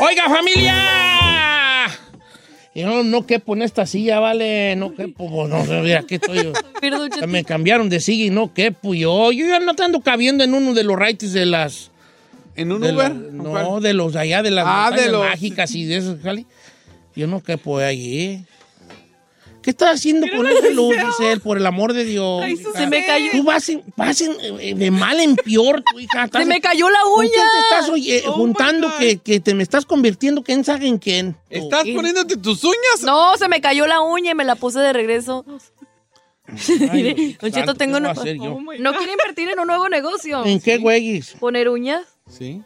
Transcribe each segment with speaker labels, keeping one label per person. Speaker 1: ¡Oiga, familia! Yo no quepo en esta silla, vale. No quepo. pues, No, no, mira, aquí estoy yo. Ya Me cambiaron de silla y no quepo yo. Yo ya no te ando cabiendo en uno de los raites de las.
Speaker 2: ¿En un
Speaker 1: de la-
Speaker 2: Uber?
Speaker 1: no, de los de allá, de las
Speaker 2: Ah,
Speaker 1: montañas
Speaker 2: de los-
Speaker 1: mágicas y de esos, Jali. Yo no quepo allí. ¿Qué estás haciendo con esa luz, Giselle? Por el amor de Dios.
Speaker 3: se me cayó.
Speaker 1: Tú vas, en- vas en- eh, de mal en peor, tu hija. Estás-
Speaker 3: Se me cayó la
Speaker 1: ¿Con
Speaker 3: uña.
Speaker 1: quién te estás oye, eh,
Speaker 2: Oh my
Speaker 1: juntando
Speaker 2: God.
Speaker 1: que, que te me estás convirtiendo? ¿Quién sabe en quién? Oh.
Speaker 2: ¿Estás poniéndote tus uñas?
Speaker 3: No, se me cayó la uña y me la puse de regreso. Mire, Don Cheto,
Speaker 1: santo,
Speaker 3: tengo
Speaker 1: ¿qué voy a
Speaker 3: una-
Speaker 1: hacer yo?
Speaker 3: No quiere invertir en un nuevo negocio.
Speaker 1: ¿En qué
Speaker 3: Sí.
Speaker 1: güeyes?
Speaker 3: Poner uñas.
Speaker 2: Sí.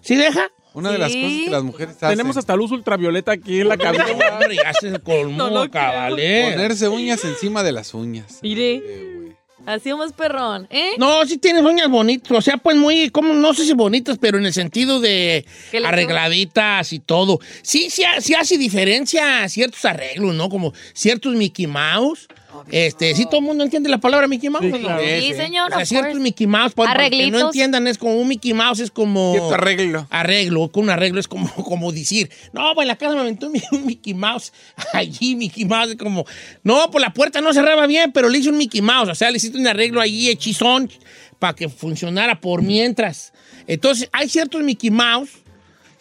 Speaker 1: ¿Sí deja?
Speaker 2: Una de las
Speaker 3: Sí.
Speaker 2: cosas que las mujeres hacen.
Speaker 4: Tenemos hasta luz ultravioleta aquí en la cabina.
Speaker 1: Hombre, ya se colmó,
Speaker 3: No lo creo.
Speaker 1: cabalé.
Speaker 2: Ponerse uñas encima de las uñas.
Speaker 3: Mire.
Speaker 2: Eh, güey.
Speaker 3: Así o más perrón, ¿eh?
Speaker 1: No, sí tienes uñas bonitas, o sea, pues muy, como, no sé si bonitas, pero en el sentido de
Speaker 3: Que le-
Speaker 1: arregladitas y todo. Sí, sí, ha- sí hace diferencia ciertos arreglos, ¿no? Como ciertos Mickey Mouse. Este, sí, todo el mundo entiende la palabra Mickey Mouse.
Speaker 4: Sí,
Speaker 1: ¿no?
Speaker 4: claro.
Speaker 3: Sí,
Speaker 2: sí.
Speaker 1: O
Speaker 3: señor.
Speaker 1: sea,
Speaker 3: of
Speaker 1: ciertos
Speaker 3: course.
Speaker 1: pues, Mickey Mouse, para para que no
Speaker 3: Arreglitos.
Speaker 1: entiendan, es como un Mickey Mouse, es como...
Speaker 2: Cierto arreglo.
Speaker 1: arreglo, con un arreglo es como, como decir, no, pues en la casa me aventó mi- un Mickey Mouse, allí Mickey Mouse, es como, no, pues la puerta no cerraba bien, pero le hice un Mickey Mouse, o sea, le hiciste un arreglo allí hechizón para que funcionara por mientras. Entonces, hay ciertos Mickey Mouse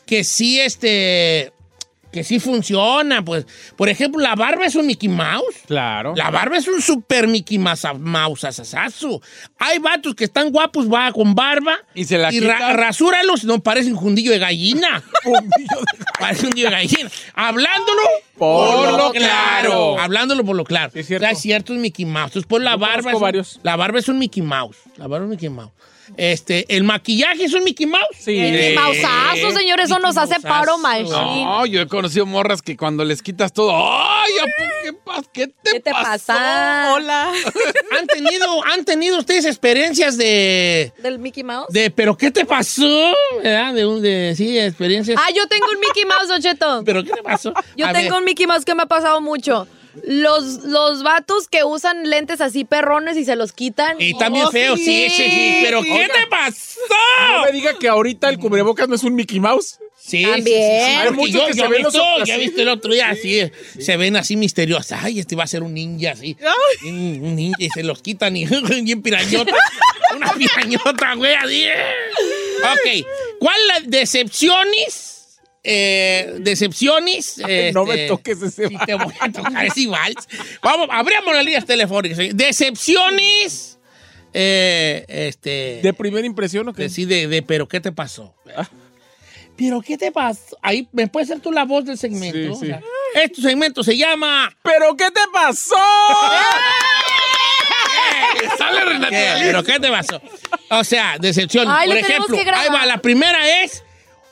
Speaker 1: que sí, este, que sí funciona, pues, por ejemplo, la barba es un Mickey Mouse.
Speaker 4: Claro.
Speaker 1: La barba es un super Mickey Masa- Mouse asasazo. Hay vatos que están guapos va con barba
Speaker 2: Y se la
Speaker 1: y ra-
Speaker 2: quitan.
Speaker 1: rasúralos, no parecen jundillo de gallina. Parece un jundillo de gallina. Hablándolo
Speaker 4: Por lo claro.
Speaker 1: Hablándolo por lo claro.
Speaker 4: Sí, es cierto.
Speaker 1: O sea, cierto es Mickey Mouse. Entonces, pues la
Speaker 4: Yo
Speaker 1: barba.
Speaker 4: conozco
Speaker 1: es un-
Speaker 4: varios.
Speaker 1: La barba es un Mickey Mouse. La barba es un Mickey Mouse. Este, el maquillaje es un Mickey Mouse.
Speaker 4: Sí.
Speaker 3: Mickey
Speaker 1: Eh,
Speaker 3: Mouseazo, señor, eso
Speaker 1: Mickey
Speaker 3: nos hace
Speaker 1: Mouseazo.
Speaker 3: paro machín.
Speaker 2: No, yo he conocido morras que cuando les quitas todo, ¡ay, ¿a poco qué, pas- qué te,
Speaker 3: ¿Qué te
Speaker 2: pasó?
Speaker 3: pasa?
Speaker 4: Hola.
Speaker 1: ¿Han tenido, han tenido ustedes experiencias de,
Speaker 3: ¿Del Mickey Mouse?
Speaker 1: de pero qué te pasó? ¿Verdad? De un de sí, experiencias.
Speaker 3: Ah, yo tengo un Mickey Mouse, Don Cheto.
Speaker 1: Pero qué te pasó?
Speaker 3: Yo
Speaker 1: A
Speaker 3: tengo
Speaker 1: ver,
Speaker 3: un Mickey Mouse que me ha pasado mucho. Los, los vatos que usan lentes así perrones y se los quitan.
Speaker 1: y también
Speaker 3: Oh,
Speaker 1: feo, sí, sí, sí, pero
Speaker 4: sí.
Speaker 1: qué
Speaker 4: Oiga.
Speaker 1: te pasó?
Speaker 4: No me diga que ahorita el cubrebocas no es un Mickey Mouse.
Speaker 1: Sí,
Speaker 3: También.
Speaker 1: sí, sí, sí,
Speaker 3: Hay
Speaker 1: porque
Speaker 4: muchos
Speaker 1: yo,
Speaker 4: que
Speaker 1: yo
Speaker 4: se
Speaker 1: he
Speaker 4: ven los
Speaker 1: visto,
Speaker 4: ojos
Speaker 1: yo he
Speaker 4: así.
Speaker 1: visto el otro día así, se ven así misteriosas. Ay, este va a ser un ninja así. Un, un ninja y se los quitan y bien pirañota. una pirañota, güey, así. Ok, ¿cuál la decepciones? Eh, decepciones.
Speaker 4: no me
Speaker 1: este,
Speaker 4: toques ese
Speaker 1: Sí, te voy a tocar ese vals. Vamos, abramos las líneas telefónicas. Decepciones. eh, este.
Speaker 4: ¿De primera impresión o qué? Ah.
Speaker 1: de, sí, de, de, pero ¿qué te pasó? ¿Pero qué te pasó? Ahí, ¿me puedes ser tú la voz del segmento?
Speaker 4: Sí,
Speaker 1: O
Speaker 4: sí.
Speaker 1: sea, este segmento se llama...
Speaker 4: ¿Pero qué te pasó?
Speaker 1: ¡Ah! Sale Renate. ¿Pero qué te pasó? O sea, decepción.
Speaker 3: Ay,
Speaker 1: Por
Speaker 3: le tenemos
Speaker 1: ejemplo,
Speaker 3: que grabar.
Speaker 1: ahí va, la primera es,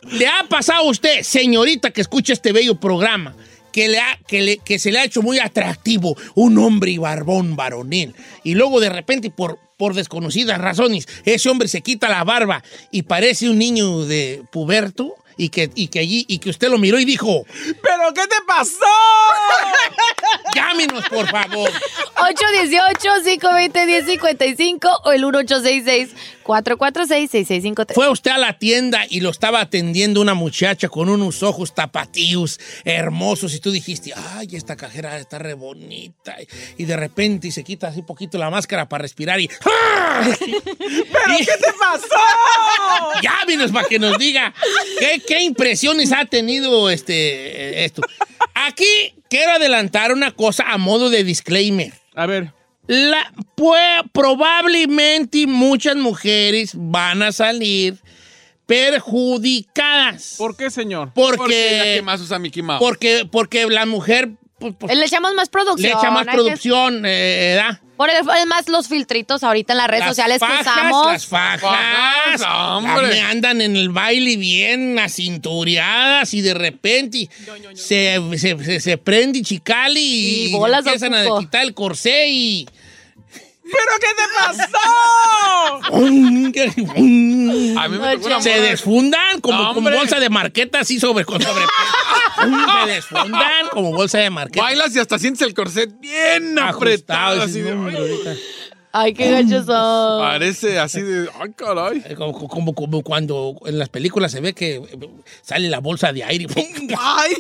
Speaker 1: ¿le ha pasado a usted, señorita que escucha este bello programa, que, le ha- que, le- que se le ha hecho muy atractivo un hombre y barbón varonil? Y luego de repente, por, por desconocidas razones, ese hombre se quita la barba y parece un niño de puberto y que, y que allí, y que usted lo miró y dijo,
Speaker 4: ¿Pero qué te pasó?
Speaker 1: llámenos por favor.
Speaker 3: 818-520-1055 o el 1866 446-6653.
Speaker 1: Fue usted a la tienda y lo estaba atendiendo una muchacha con unos ojos tapatíos, hermosos, y tú dijiste, ay, esta cajera está re bonita. Y de repente se quita así poquito la máscara para respirar y... ¡ah!
Speaker 4: ¿Pero qué te pasó?
Speaker 1: Llámenos para que nos diga qué, qué impresiones ha tenido este, eh, esto. Aquí quiero adelantar una cosa a modo de disclaimer.
Speaker 4: A ver.
Speaker 1: La, pue- probablemente muchas mujeres van a salir perjudicadas.
Speaker 4: ¿Por qué, señor?
Speaker 1: Porque,
Speaker 2: Porque es la que más usa Mickey Mouse.
Speaker 1: porque, porque la mujer pues, pues,
Speaker 3: Le echamos más producción.
Speaker 1: le echa más
Speaker 3: hay que-
Speaker 1: producción, eh, ¿verdad?
Speaker 3: Por el- además, los filtritos ahorita en las redes
Speaker 1: Las
Speaker 3: sociales
Speaker 1: fajas,
Speaker 3: que usamos.
Speaker 1: Las fajas.
Speaker 2: Fajas, hombre.
Speaker 1: Las- Andan en el baile bien acintureadas y de repente se, se, se- se prende y chicali y,
Speaker 3: Y bolas de
Speaker 1: empiezan a
Speaker 3: cuco.
Speaker 1: quitar el corsé y...
Speaker 4: ¿Pero qué te pasó?
Speaker 2: A mí me tocó una
Speaker 1: se
Speaker 2: morra-
Speaker 1: desfundan como, como
Speaker 2: Hombre.
Speaker 1: bolsa de marqueta así sobre... con sobrepeso. se desfundan como bolsa de marqueta.
Speaker 2: Bailas y hasta sientes el corset bien apretado.
Speaker 1: Ajustado,
Speaker 2: Así de,
Speaker 1: no, hombre,
Speaker 2: ay,
Speaker 1: ahorita.
Speaker 3: Ay, qué
Speaker 1: Mm,
Speaker 3: gachos son.
Speaker 2: parece así de. ¡Ay, caray!
Speaker 1: Eh, Como, como- como cuando en las películas se ve que eh, sale la bolsa de aire.
Speaker 4: Ay,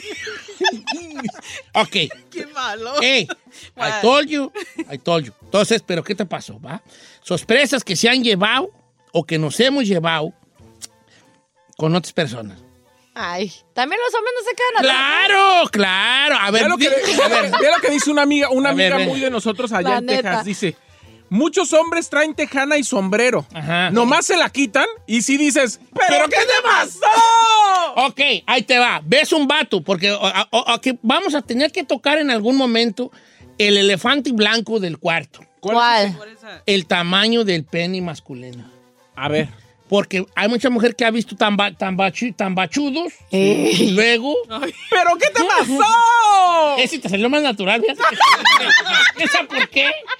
Speaker 1: ok.
Speaker 4: qué malo.
Speaker 1: Hey, I told you. I told you. Entonces, ¿pero qué te pasó? ¿Va? Sorpresas que se han llevado o que nos hemos llevado con otras personas.
Speaker 3: Ay, también los hombres no se quedan atrás.
Speaker 1: ¡Claro! ¡Claro! A ver,
Speaker 4: Ve lo, que,
Speaker 1: di- a ver.
Speaker 4: ve lo que dice una amiga, una
Speaker 1: A ver,
Speaker 4: amiga
Speaker 1: ven.
Speaker 4: muy de nosotros allá
Speaker 3: La
Speaker 4: en
Speaker 3: neta.
Speaker 4: Texas. Dice: Muchos hombres traen tejana y sombrero.
Speaker 1: Ajá.
Speaker 4: Nomás se la quitan y si dices, ¿pero,
Speaker 1: ¿Pero
Speaker 4: qué
Speaker 1: qué
Speaker 4: te pasó?
Speaker 1: Ok, ahí te va. Ves un vato, porque o- o- o- aquí vamos a tener que tocar en algún momento el elefante blanco del cuarto.
Speaker 3: ¿Cuál?
Speaker 1: El tamaño del pene masculino.
Speaker 4: A ver.
Speaker 1: Porque hay mucha mujer que ha visto tamba, tambachu- tambachudos. Y luego.
Speaker 4: ¿Pero qué te pasó?
Speaker 1: Ese te salió más natural. fíjate. ¿Esa por qué? Ay,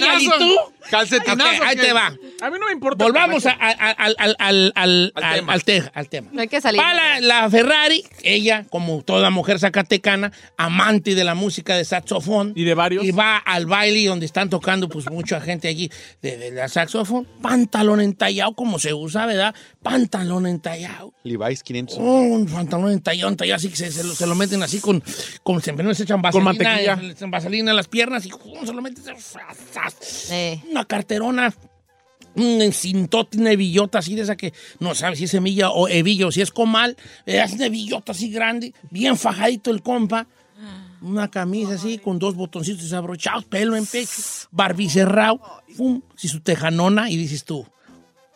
Speaker 2: ¡Calcetinazo!
Speaker 1: ¿y tú?
Speaker 2: ¡Calcetinazo!
Speaker 1: Ok, ahí
Speaker 2: que-
Speaker 1: te va.
Speaker 4: A mí no me importa.
Speaker 1: Volvamos a- a- al, al, al, al,
Speaker 2: Al
Speaker 1: al-
Speaker 2: tema.
Speaker 1: al te- al tema.
Speaker 3: No hay que salir.
Speaker 1: Para la Ferrari, ella, como toda mujer zacatecana, amante de la música de saxofón.
Speaker 4: Y de varios.
Speaker 1: Y va al baile donde están tocando, pues, mucha gente allí de, de la saxofón. Pantalón entallado, como se usa, ¿verdad? Pantalón entallado.
Speaker 2: Levi's 500.
Speaker 1: Oh, un pantalón entallado, entallado, así que se, se lo, se lo meten así con, con se, no les echan vaselina, eh,
Speaker 4: mantequilla.
Speaker 1: les echan vaselina en las piernas y ¡pum! se lo meten. se-
Speaker 3: Eh.
Speaker 1: Una carterona, un cintote, una hebillota así de esa que no sabe si es semilla o hebilla o si es comal. eh, Es una hebillota así grande, bien fajadito el compa. Una camisa así con dos botoncitos desabrochados, pelo en pecho, barbicerrao, pum, si su tejanona y dices tú,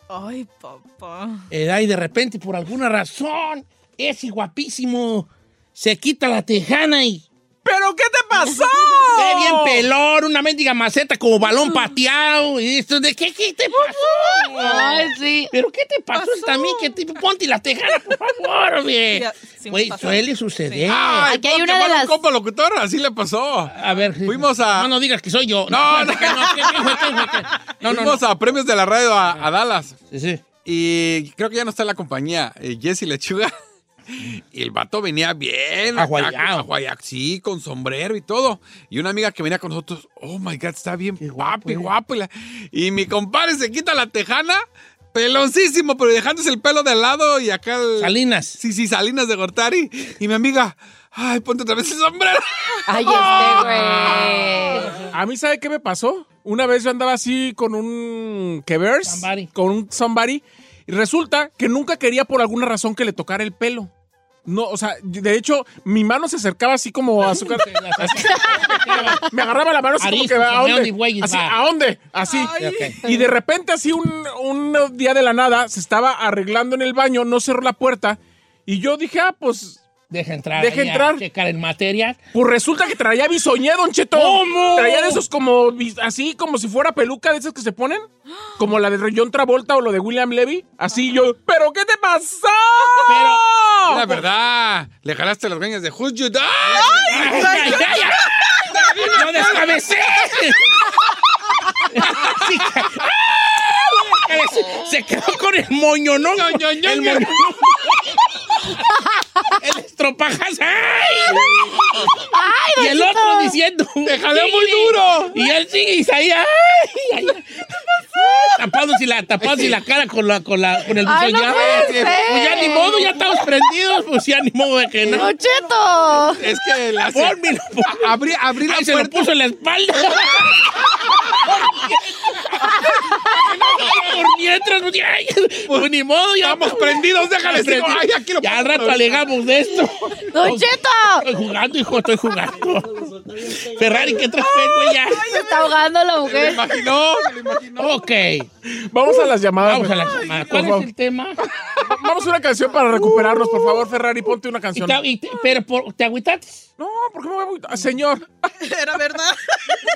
Speaker 5: Ay, papá.
Speaker 1: ¿verdad? Y Eh, de repente, por alguna razón, ese guapísimo se quita la tejana y
Speaker 4: ¿Pero qué te pasó?
Speaker 1: ve bien pelón, una mendiga maceta como
Speaker 5: Mm.
Speaker 1: balón pateado. Y esto de qué, qué te pasó?
Speaker 3: Ay, sí.
Speaker 1: ¿Pero qué te pasó, también? ¿Qué te, ponte la tejana, por favor, hombre.
Speaker 5: Ya, sí me
Speaker 1: Güey,
Speaker 5: pasó.
Speaker 1: suele suceder.
Speaker 2: Ay,
Speaker 3: Aquí hay
Speaker 2: porque
Speaker 3: una de
Speaker 2: fue un
Speaker 3: las-
Speaker 2: compa locutor, así le pasó.
Speaker 1: A ver,
Speaker 2: Fuimos a-
Speaker 1: No, no digas que soy yo.
Speaker 2: No,
Speaker 1: no,
Speaker 2: no.
Speaker 1: que no, que no, que no, que no. No, no, no.
Speaker 2: Fuimos a premios de la radio a, a Dallas.
Speaker 1: Sí, sí.
Speaker 2: Y creo que ya no está en la compañía. eh, Jesse Lechuga. Y el vato venía bien. acá,
Speaker 1: Aguayao.
Speaker 2: aguaya- sí, con sombrero y todo. Y una amiga que venía con nosotros. Oh my God, está bien guapo, y guapo. Y la- Y mi compadre se quita la tejana. Peloncísimo, pero dejándose el pelo de lado y acá el.
Speaker 1: Salinas.
Speaker 2: Sí, sí, Salinas de Gortari. Y mi amiga. Ay, ponte otra vez el sombrero.
Speaker 3: Ay, este, güey.
Speaker 4: A mí, ¿sabe qué me pasó? Una vez yo andaba así con un Kevers,
Speaker 1: Somebody.
Speaker 4: con un somebody, y resulta que nunca quería por alguna razón que le tocara el pelo. No, o sea, de hecho, mi mano se acercaba así como a su cara. Me agarraba la mano así como
Speaker 1: Arisco,
Speaker 4: que, ¿a
Speaker 1: me only way
Speaker 4: dónde?
Speaker 1: is
Speaker 4: Así,
Speaker 1: back.
Speaker 4: ¿a dónde? Así. Y de repente, así un, un día de la nada, se estaba arreglando en el baño, no cerró la puerta, y yo dije, ah, pues,
Speaker 1: Deja entrar.
Speaker 4: Deja
Speaker 1: ahí a
Speaker 4: entrar.
Speaker 1: Checar en materias.
Speaker 4: pues resulta que traía bisoñé, Don Cheto.
Speaker 1: ¿Cómo?
Speaker 4: Traía de esos como, bis- así como si fuera peluca de esas que se ponen. Como la de John Travolta o lo de William Levy. Así yo, ¿pero qué te pasó?
Speaker 1: Pero-
Speaker 2: La verdad, le jalaste las greñas de Who's You
Speaker 1: ¡Ay, ay, ay! ay! ¡Lo descabecé! Sí, ca- ¡Ah! Se quedó con el moño, ¿no? El moñonón. El estropajas. ¡Ay! y el otro diciendo. ¡Te
Speaker 2: jalé muy duro!
Speaker 1: Y él sigue y ahí. ¡Ay! ay, ay! tapándose la, tapándose la cara con, la, con, la, con el buzón.
Speaker 3: Ay, no
Speaker 1: ya,
Speaker 3: puede ser.
Speaker 1: pues, ya ni modo, ya estamos prendidos, pues ya ni modo de que no.
Speaker 3: ¡No, Cheto!
Speaker 2: Es que la
Speaker 1: Pónmelo, pónmelo.
Speaker 2: abrí, abrí la
Speaker 1: Ay, se lo
Speaker 2: puerta. Pues,
Speaker 1: puso en la espalda. Por mientras, pues, ay, pues, ni modo, ya
Speaker 2: Estamos prendidos, déjales.
Speaker 1: Aprendí.
Speaker 2: Ay, aquí lo
Speaker 1: ya
Speaker 2: pongo
Speaker 1: al rato
Speaker 2: ahorita.
Speaker 1: alegamos de esto.
Speaker 3: ¡Don Cheto!
Speaker 1: Estoy jugando, hijo, estoy jugando. Ferrari, ¿qué traes, güey? Ya.
Speaker 3: Se está ahogando la mujer.
Speaker 2: Imaginó.
Speaker 1: Ok.
Speaker 4: Vamos a las llamadas.
Speaker 1: Vamos a la
Speaker 4: Ay,
Speaker 1: llamada.
Speaker 4: por
Speaker 1: ¿Cuál
Speaker 4: favor.
Speaker 1: es el tema?
Speaker 4: Vamos a una canción para recuperarnos, por favor, Ferrari, ponte una
Speaker 1: Y
Speaker 4: canción.
Speaker 1: te- y te- pero, por- ¿te agüitaste?
Speaker 4: No, ¿por qué me voy a... agüitar? Señor,
Speaker 5: Era verdad.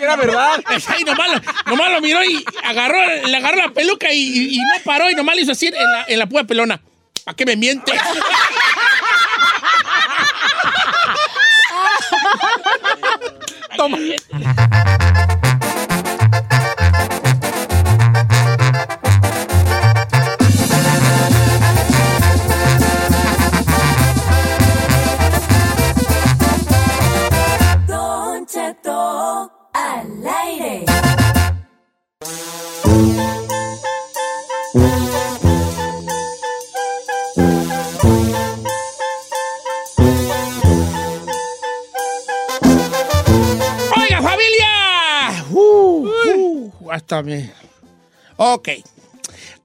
Speaker 4: era verdad.
Speaker 1: Ay, Pues nomás, lo- nomás lo miró y agarró, le agarró la peluca y, y- y no paró y nomás le hizo así en la, en la púa pelona. ¿Para qué me mientes? Toma. ¡Oiga, familia! Uh, uh, hasta me... Ok.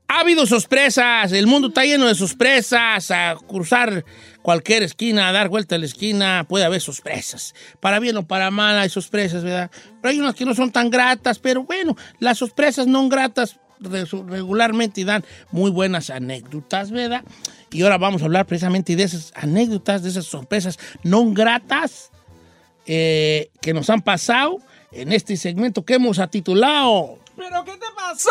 Speaker 1: Ha habido sorpresas, el mundo está lleno de sorpresas, a cruzar cualquier esquina, a dar vuelta a la esquina, puede haber sorpresas. Para bien o para mal hay sorpresas, ¿verdad? Pero hay unas que no son tan gratas, pero bueno, las sorpresas no gratas resu- regularmente dan muy buenas anécdotas, ¿verdad? Y ahora vamos a hablar precisamente de esas anécdotas, de esas sorpresas no gratas eh, que nos han pasado en este segmento que hemos atitulado
Speaker 4: ¿Pero qué te pasó?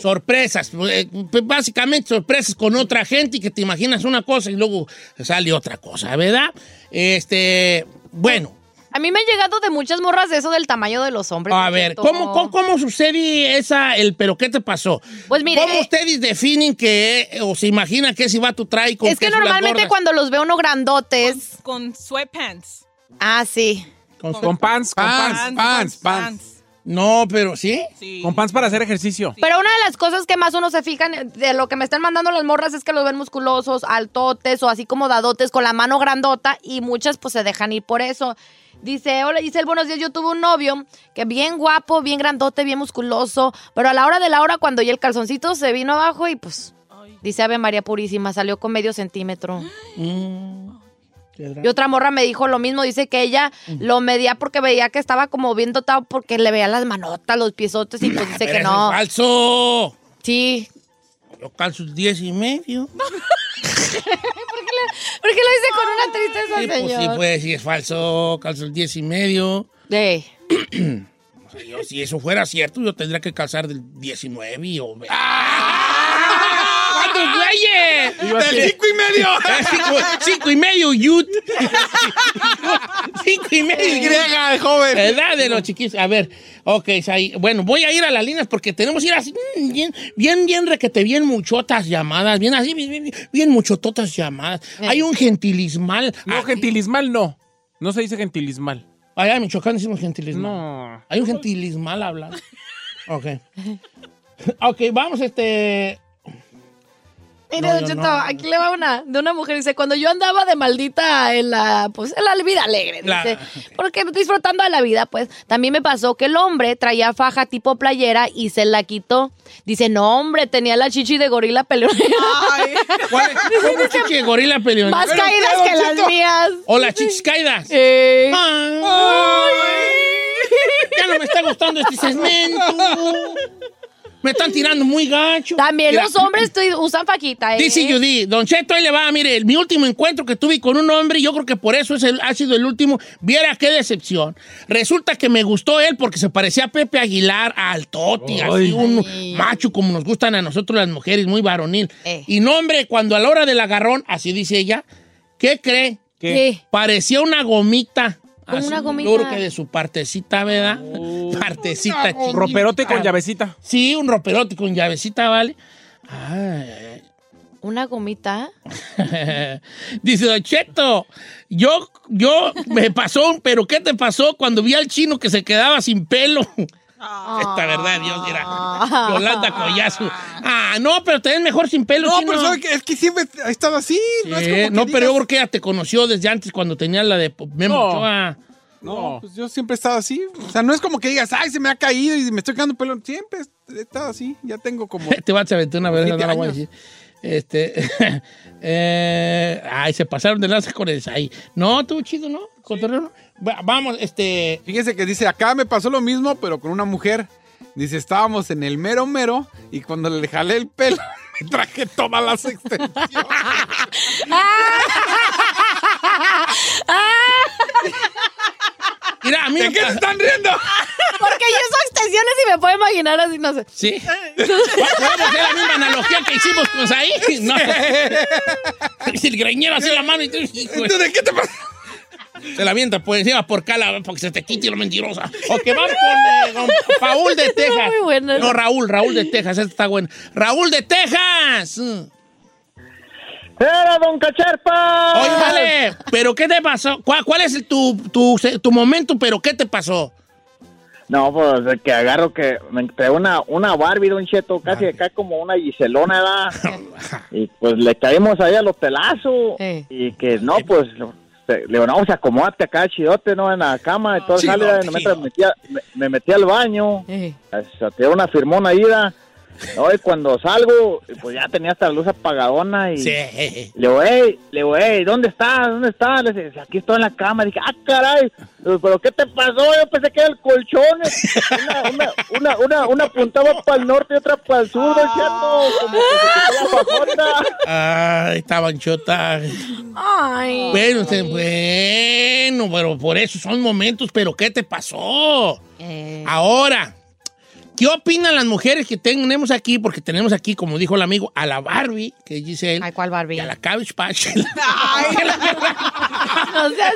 Speaker 1: Sorpresas. Eh, pues, Básicamente sorpresas con otra gente y que te imaginas una cosa y luego sale otra cosa, ¿verdad? Este, bueno,
Speaker 3: A mí me han llegado de muchas morras eso del tamaño de los hombres.
Speaker 1: a
Speaker 3: Don
Speaker 1: ver,
Speaker 3: Cheto.
Speaker 1: ¿cómo, cómo, cómo sucede esa, el pero qué te pasó?
Speaker 3: Pues mire,
Speaker 1: ¿Cómo
Speaker 3: eh,
Speaker 1: ustedes definen que, eh, o se imaginan que si va tu trae con
Speaker 3: Es que
Speaker 1: son las
Speaker 3: normalmente
Speaker 1: gordas?
Speaker 3: cuando los ve uno grandotes.
Speaker 5: Con sweatpants.
Speaker 3: Ah, sí.
Speaker 1: Con su-
Speaker 4: Con pants, con
Speaker 2: Pants.
Speaker 4: pants.
Speaker 2: pants,
Speaker 1: No, pero sí.
Speaker 5: Sí.
Speaker 4: Con pants para hacer ejercicio.
Speaker 3: Pero una de las cosas que más uno se fijan de lo que me están mandando las morras es que los ven musculosos, altotes o así como dadotes con la mano grandota y muchas pues se dejan ir por eso. Dice, hola Giselle, buenos días, yo tuve un novio que bien guapo, bien grandote, bien musculoso, pero a la hora de la hora cuando ya el calzoncito se vino abajo y pues... Dice Ave María Purísima, salió con medio centímetro.
Speaker 6: 嗯
Speaker 1: Mm. ¿Verdad?
Speaker 3: Y otra morra me dijo lo mismo, dice que ella lo medía porque veía que estaba como bien dotado porque le veía las manotas, los piesotes y pues dice
Speaker 1: Pero
Speaker 3: que
Speaker 1: eso es
Speaker 3: no.
Speaker 1: falso.
Speaker 3: Sí,
Speaker 1: Yo calzo 10 y medio.
Speaker 3: ¿Por qué lo dice con una tristeza,
Speaker 1: Sí, pues sí,
Speaker 3: señor?
Speaker 1: pues sí, es falso. Calzo el 10 y medio.
Speaker 3: Ey.
Speaker 1: O sea, yo, si eso fuera cierto, yo tendría que calzar del 19 y- o. ¿Cuántos güeyes?
Speaker 2: Del cinco y medio.
Speaker 1: Eh, Cinco, cinco y medio, yut. cinco y medio.
Speaker 2: Y griega, joven.
Speaker 1: Edad de los chiquis. A ver, ok, Sai, bueno, voy a ir a las líneas porque tenemos que ir así, mm, bien, bien, bien, requete, bien muchotas llamadas, bien así, bien, bien, bien muchototas llamadas. Hay un gentilismal.
Speaker 4: No,
Speaker 1: aquí.
Speaker 4: gentilismal no. No se dice gentilismal.
Speaker 1: Allá en Michoacán decimos gentilismal.
Speaker 4: No.
Speaker 1: Hay un gentilismal hablando. Ok. Ok, vamos, este.
Speaker 3: Mire,
Speaker 1: No,
Speaker 3: don
Speaker 1: yo
Speaker 3: Cheto,
Speaker 1: no.
Speaker 3: aquí le va una de una mujer. Dice, cuando yo andaba de maldita en la, pues, en la vida alegre,
Speaker 1: La-
Speaker 3: dice, porque disfrutando de la vida, pues, también me pasó que el hombre traía faja tipo playera y se la quitó. Dice, no, hombre, tenía la chichi de gorila peleonera.
Speaker 5: Ay.
Speaker 1: ¿Cuál es? ¿Cómo chichi de gorila peleón?
Speaker 3: Más caídas
Speaker 2: usted,
Speaker 3: que
Speaker 2: don
Speaker 3: las
Speaker 2: Cheto.
Speaker 3: mías.
Speaker 1: Hola, chichis caídas.
Speaker 3: Eh,
Speaker 1: Ya no me está gustando este segmento. Me están tirando muy gacho.
Speaker 3: También
Speaker 1: Mira,
Speaker 3: los hombres tu- usan fajita, ¿eh?
Speaker 1: Dice Judy, Don Cheto, ahí le va, mire, mi último encuentro que tuve con un hombre, yo creo que por eso es el- ha sido el último. Viera qué decepción. Resulta que me gustó él porque se parecía a Pepe Aguilar, a Altoti, así un macho como nos gustan a nosotros las mujeres, muy varonil.
Speaker 3: Eh.
Speaker 1: Y no, hombre, cuando a la hora del agarrón, así dice ella, ¿qué cree?
Speaker 3: ¿Qué?
Speaker 1: Parecía una gomita.
Speaker 3: Como
Speaker 1: Así,
Speaker 3: una
Speaker 1: yo
Speaker 3: gomita. Oh.
Speaker 1: creo que de su partecita, ¿verdad? partecita chiquita.
Speaker 4: Roperote con llavecita.
Speaker 1: Sí, un roperote con llavecita, ¿vale? Ay,
Speaker 3: Una gomita.
Speaker 1: Dice Don Cheto, yo, yo me pasó, un pero ¿qué te pasó cuando vi al chino que se quedaba sin pelo? Esta verdad, Dios dirá.
Speaker 4: Ah.
Speaker 1: Yolanda Collazo. Ah, no, pero te ves mejor sin pelo,
Speaker 2: No,
Speaker 1: chino.
Speaker 2: pero sabe que es que siempre ha estado así. No, es
Speaker 1: Sí,
Speaker 2: como que
Speaker 1: no, pero
Speaker 2: digas-
Speaker 1: yo creo que ella te conoció desde antes cuando tenía la de Memo
Speaker 4: No.
Speaker 1: Ochoa.
Speaker 2: No, pues yo siempre he estado así. O sea, no es como que digas, ay, se me ha caído y me estoy quedando pelo. Siempre he estado así. Ya tengo como.
Speaker 1: Te vas a aventar una vez, no
Speaker 2: Siete
Speaker 1: la voy a
Speaker 2: años.
Speaker 1: decir. Este, eh, ay, se pasaron de lanza con el ahí. No, tú chido, ¿no? Cotorreo, ¿no? Va- Vamos, este,
Speaker 2: Fíjese que dice, acá me pasó lo mismo, pero con una mujer. Dice, estábamos en el mero mero y cuando le jalé el pelo, me traje todas las extensiones.
Speaker 1: mira, a mí
Speaker 2: ¿De
Speaker 1: me
Speaker 2: qué se
Speaker 1: pasa-
Speaker 2: están riendo?
Speaker 3: Porque yo uso extensiones y me puedo imaginar así, no sé.
Speaker 1: Sí. ¿Podemos hacer la misma analogía que hicimos con Saí? No. Si el greñero hace la mano y tú, hijo,
Speaker 2: Entonces, ¿De qué te pasa?
Speaker 1: se la avienta por encima por cala porque se te quite lo mentirosa. O que van con, eh, con Paul de Texas.
Speaker 3: Muy buena.
Speaker 1: No, Raúl, Raúl de Texas, esta está buena. Raúl de Texas.
Speaker 7: ¡Era Don Cacherpa!
Speaker 1: Oye, vale, pero ¿qué te pasó? ¿Cuál, cuál es el- tu, tu, tu momento, pero qué te pasó?
Speaker 7: No, pues de que agarro que me entré una, una Barbie, Don Cheto, casi acá como una Giselona, ¿verdad? y pues le caímos ahí al hotelazo.
Speaker 3: Eh.
Speaker 7: Y que no, pues lo- le digo, no, o sea, acomódate acá, chidote, ¿no? En la cama y todo,
Speaker 1: Chidote,
Speaker 7: sale, no, mientras me, metí a- me, me metí al baño,
Speaker 3: Eh.
Speaker 7: saqué una firmona ida. No, y cuando salgo, pues ya tenía hasta la luz apagadona y...
Speaker 1: Sí. eh, eh.
Speaker 7: Le digo, "Ey", le digo, "Ey, ¿dónde estás? ¿Dónde estás? Le dije, aquí estoy en la cama. Le dije, ah, caray, Le digo, ¿pero qué te pasó? Yo pensé que era el colchón. Una, una, una, una, una apuntaba para el norte y otra para el sur, ¿no es cierto? Como que se quitó la bajota.
Speaker 1: Ay, esta banchota.
Speaker 3: Ay.
Speaker 1: Bueno, se- bueno, pero por eso son momentos, pero ¿qué te pasó?
Speaker 3: Eh.
Speaker 1: Ahora, ¿qué opinan las mujeres que tenemos aquí? Porque tenemos aquí, como dijo el amigo, a la Barbie, que dice él,
Speaker 3: Ay, ¿cuál
Speaker 1: y
Speaker 3: Barbie?
Speaker 1: a la Cabbage Patch.
Speaker 3: No seas...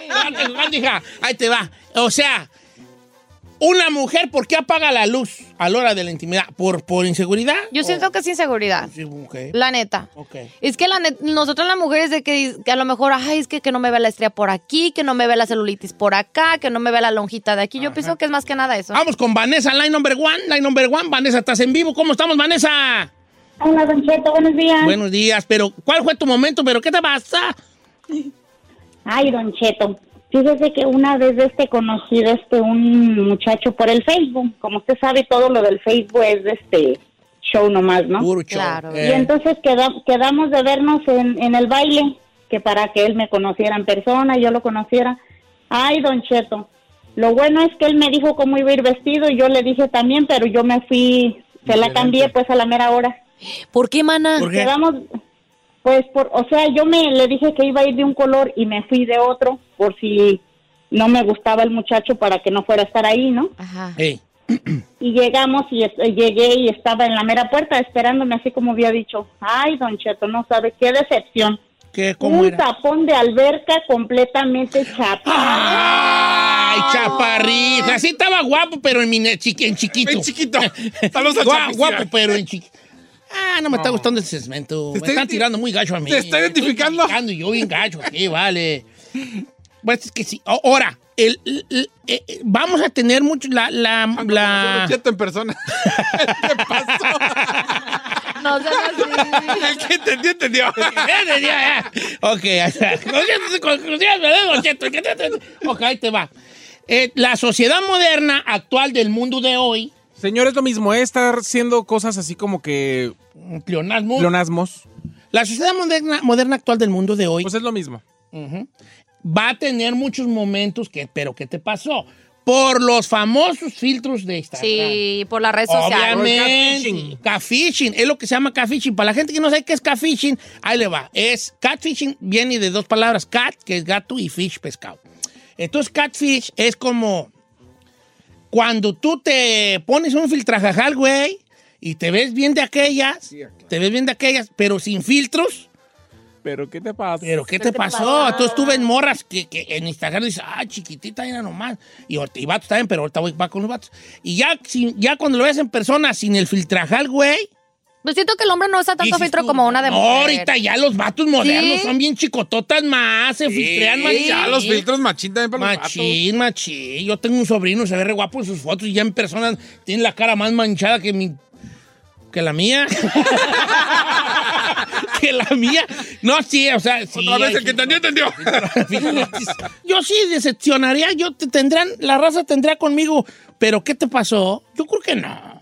Speaker 1: Espérate, Juan, hija. Ahí te va. O sea, una mujer, ¿por qué apaga la luz a la hora de la intimidad? ¿Por, por inseguridad?
Speaker 3: Yo siento que es inseguridad.
Speaker 1: Sí, ok.
Speaker 3: La neta.
Speaker 1: Ok.
Speaker 3: Es que la net- nosotros las mujeres de que, que a lo mejor, ay, es que, que no me ve la estrella por aquí, que no me ve la celulitis por acá, que no me ve la lonjita de aquí. Yo pienso que es más que nada eso.
Speaker 1: Vamos con Vanessa, line number one, line number one. Vanessa, estás en vivo. ¿Cómo estamos, Vanessa?
Speaker 8: Hola, Don Cheto, buenos días. Oh.
Speaker 1: Buenos días, pero ¿cuál fue tu momento? ¿Pero qué te pasa?
Speaker 8: Ay, Don Cheto. Fíjese que una vez este conocido este un muchacho por el Facebook, como usted sabe todo lo del Facebook es de este show nomás, ¿no?
Speaker 1: Puro show. Eh.
Speaker 3: Claro.
Speaker 8: Y entonces queda- quedamos de vernos en, en el baile, que para que él me conociera en persona, yo lo conociera. Ay, don Cheto, lo bueno es que él me dijo cómo iba a ir vestido y yo le dije también, pero yo me fui, se la cambié pues a la mera hora.
Speaker 3: ¿Por qué, mana?
Speaker 1: ¿Por qué?
Speaker 8: Quedamos, pues, por, o sea, yo me le dije que iba a ir de un color y me fui de otro por si no me gustaba el muchacho para que no fuera a estar ahí, ¿no?
Speaker 3: Ajá.
Speaker 1: Ey.
Speaker 8: Y llegamos y es- llegué y estaba en la mera puerta esperándome así como había dicho. Ay, don Cheto, no sabe qué decepción.
Speaker 1: ¿Qué, ¿Cómo
Speaker 8: un
Speaker 1: era? ¡Ah!
Speaker 8: tapón de alberca completamente chapa.
Speaker 1: ¡Ay, chaparrita! Sí estaba guapo, pero en, mi ne- chiqui- en chiquito.
Speaker 2: En chiquito. Saludos al
Speaker 1: Gua-
Speaker 2: Chapis,
Speaker 1: guapo,
Speaker 2: mira.
Speaker 1: pero en chiquito. Ah, no me está gustando ese
Speaker 2: Te
Speaker 1: segmento. Me
Speaker 2: está
Speaker 1: están
Speaker 2: identi-
Speaker 1: tirando muy gacho a mí.
Speaker 2: te está
Speaker 1: Me estoy
Speaker 2: identificando.
Speaker 1: identificando y yo bien gacho aquí, vale. Pues es que sí. O- Ahora, el, el- el- eh, eh, vamos a tener mucho la...
Speaker 2: Ah,
Speaker 1: la, la-
Speaker 2: Don Cheto en persona. ¿Qué pasó?
Speaker 3: No seas así.
Speaker 2: El que entendió, entendió.
Speaker 1: Ya, ya, ya. Ok, ahí está. Conclusiones, conclusiones, ¿verdad, don Cheto? ¿Qué te- te- Ok, ahí te va. Eh, la sociedad moderna actual del mundo de hoy,
Speaker 4: Señor, es lo mismo, es estar haciendo cosas así como que
Speaker 1: pleonasmo,
Speaker 4: leonasmos.
Speaker 1: la sociedad moderna, moderna actual del mundo de hoy
Speaker 4: Pues es lo mismo.
Speaker 1: ujú, va a tener muchos momentos que, pero ¿qué te pasó? Por los famosos filtros de Instagram.
Speaker 3: Sí, por las redes sociales.
Speaker 1: Obviamente,
Speaker 4: catfishing.
Speaker 1: catfishing, es lo que se llama catfishing. Para la gente que no sabe qué es catfishing, ahí le va. Es catfishing viene de dos palabras, cat, que es gato, y fish, pescado. Entonces, catfish es como cuando tú te pones un filtrajajal, güey, y te ves bien de aquellas, te ves bien de aquellas, pero sin filtros.
Speaker 4: ¿Pero qué te pasa?
Speaker 1: ¿Pero qué te pasó? Entonces tú ves morras que, que en Instagram dices, ah, chiquitita, era nomás. Y, ahorita- y vatos también, pero ahorita voy va con los vatos. Y ya, sin- ya cuando lo ves en persona sin el filtrajal, güey,
Speaker 3: Pues siento que el hombre no usa tanto
Speaker 1: Dices
Speaker 3: filtro
Speaker 1: tú,
Speaker 3: como una de
Speaker 1: no,
Speaker 3: mujer.
Speaker 1: ahorita ya los vatos modernos
Speaker 3: Sí.
Speaker 1: son bien chicototas más, se filtrean más.
Speaker 2: Ya los filtros machín también para los vatos.
Speaker 1: Machín, machín. Yo tengo un sobrino, se ve re guapo en sus fotos y ya en persona tiene la cara más manchada que mi. que la mía. que la mía. No, sí, o sea. Sí,
Speaker 2: Otra vez
Speaker 1: hay
Speaker 2: el que entendió, entendió.
Speaker 1: yo sí decepcionaría, yo te tendrán, la raza tendrá conmigo, pero ¿qué te pasó? Yo creo que no.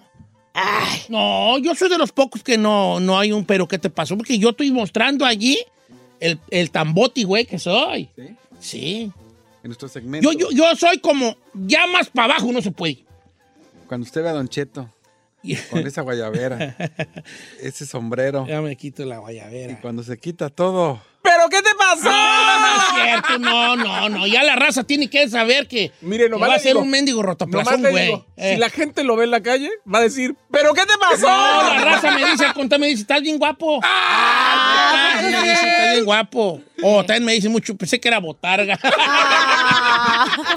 Speaker 1: No, yo soy de los pocos que no, no hay un pero ¿qué te pasó? Porque yo estoy mostrando allí el, el tamboti, güey, que soy.
Speaker 2: ¿Sí?
Speaker 1: Sí.
Speaker 2: En nuestro segmento.
Speaker 1: Yo, yo, yo soy como, ya más para abajo no se puede.
Speaker 2: Cuando usted ve a Don Cheto con esa guayabera, ese sombrero,
Speaker 1: Ya me quito la
Speaker 2: y
Speaker 1: guayabera.
Speaker 2: cuando se quita todo.
Speaker 5: ¿Pero qué te pasó?
Speaker 1: No, no es cierto, no, no, no. Ya la raza tiene que saber que,
Speaker 4: Mire,
Speaker 1: que
Speaker 4: nomás
Speaker 1: va a
Speaker 4: le
Speaker 1: ser
Speaker 4: digo,
Speaker 1: un mendigo
Speaker 4: Nomás
Speaker 1: rotoplazón,
Speaker 4: le
Speaker 1: güey.
Speaker 4: digo,
Speaker 1: Eh.
Speaker 4: si la gente lo ve en la calle, va a decir, ¿pero qué te pasó?
Speaker 1: No, la raza me dice, al contrario, me dice, estás bien guapo. Ah, me
Speaker 5: pues
Speaker 1: dice, estás bien guapo. O también me dice mucho, pensé que era botarga.
Speaker 5: Ah,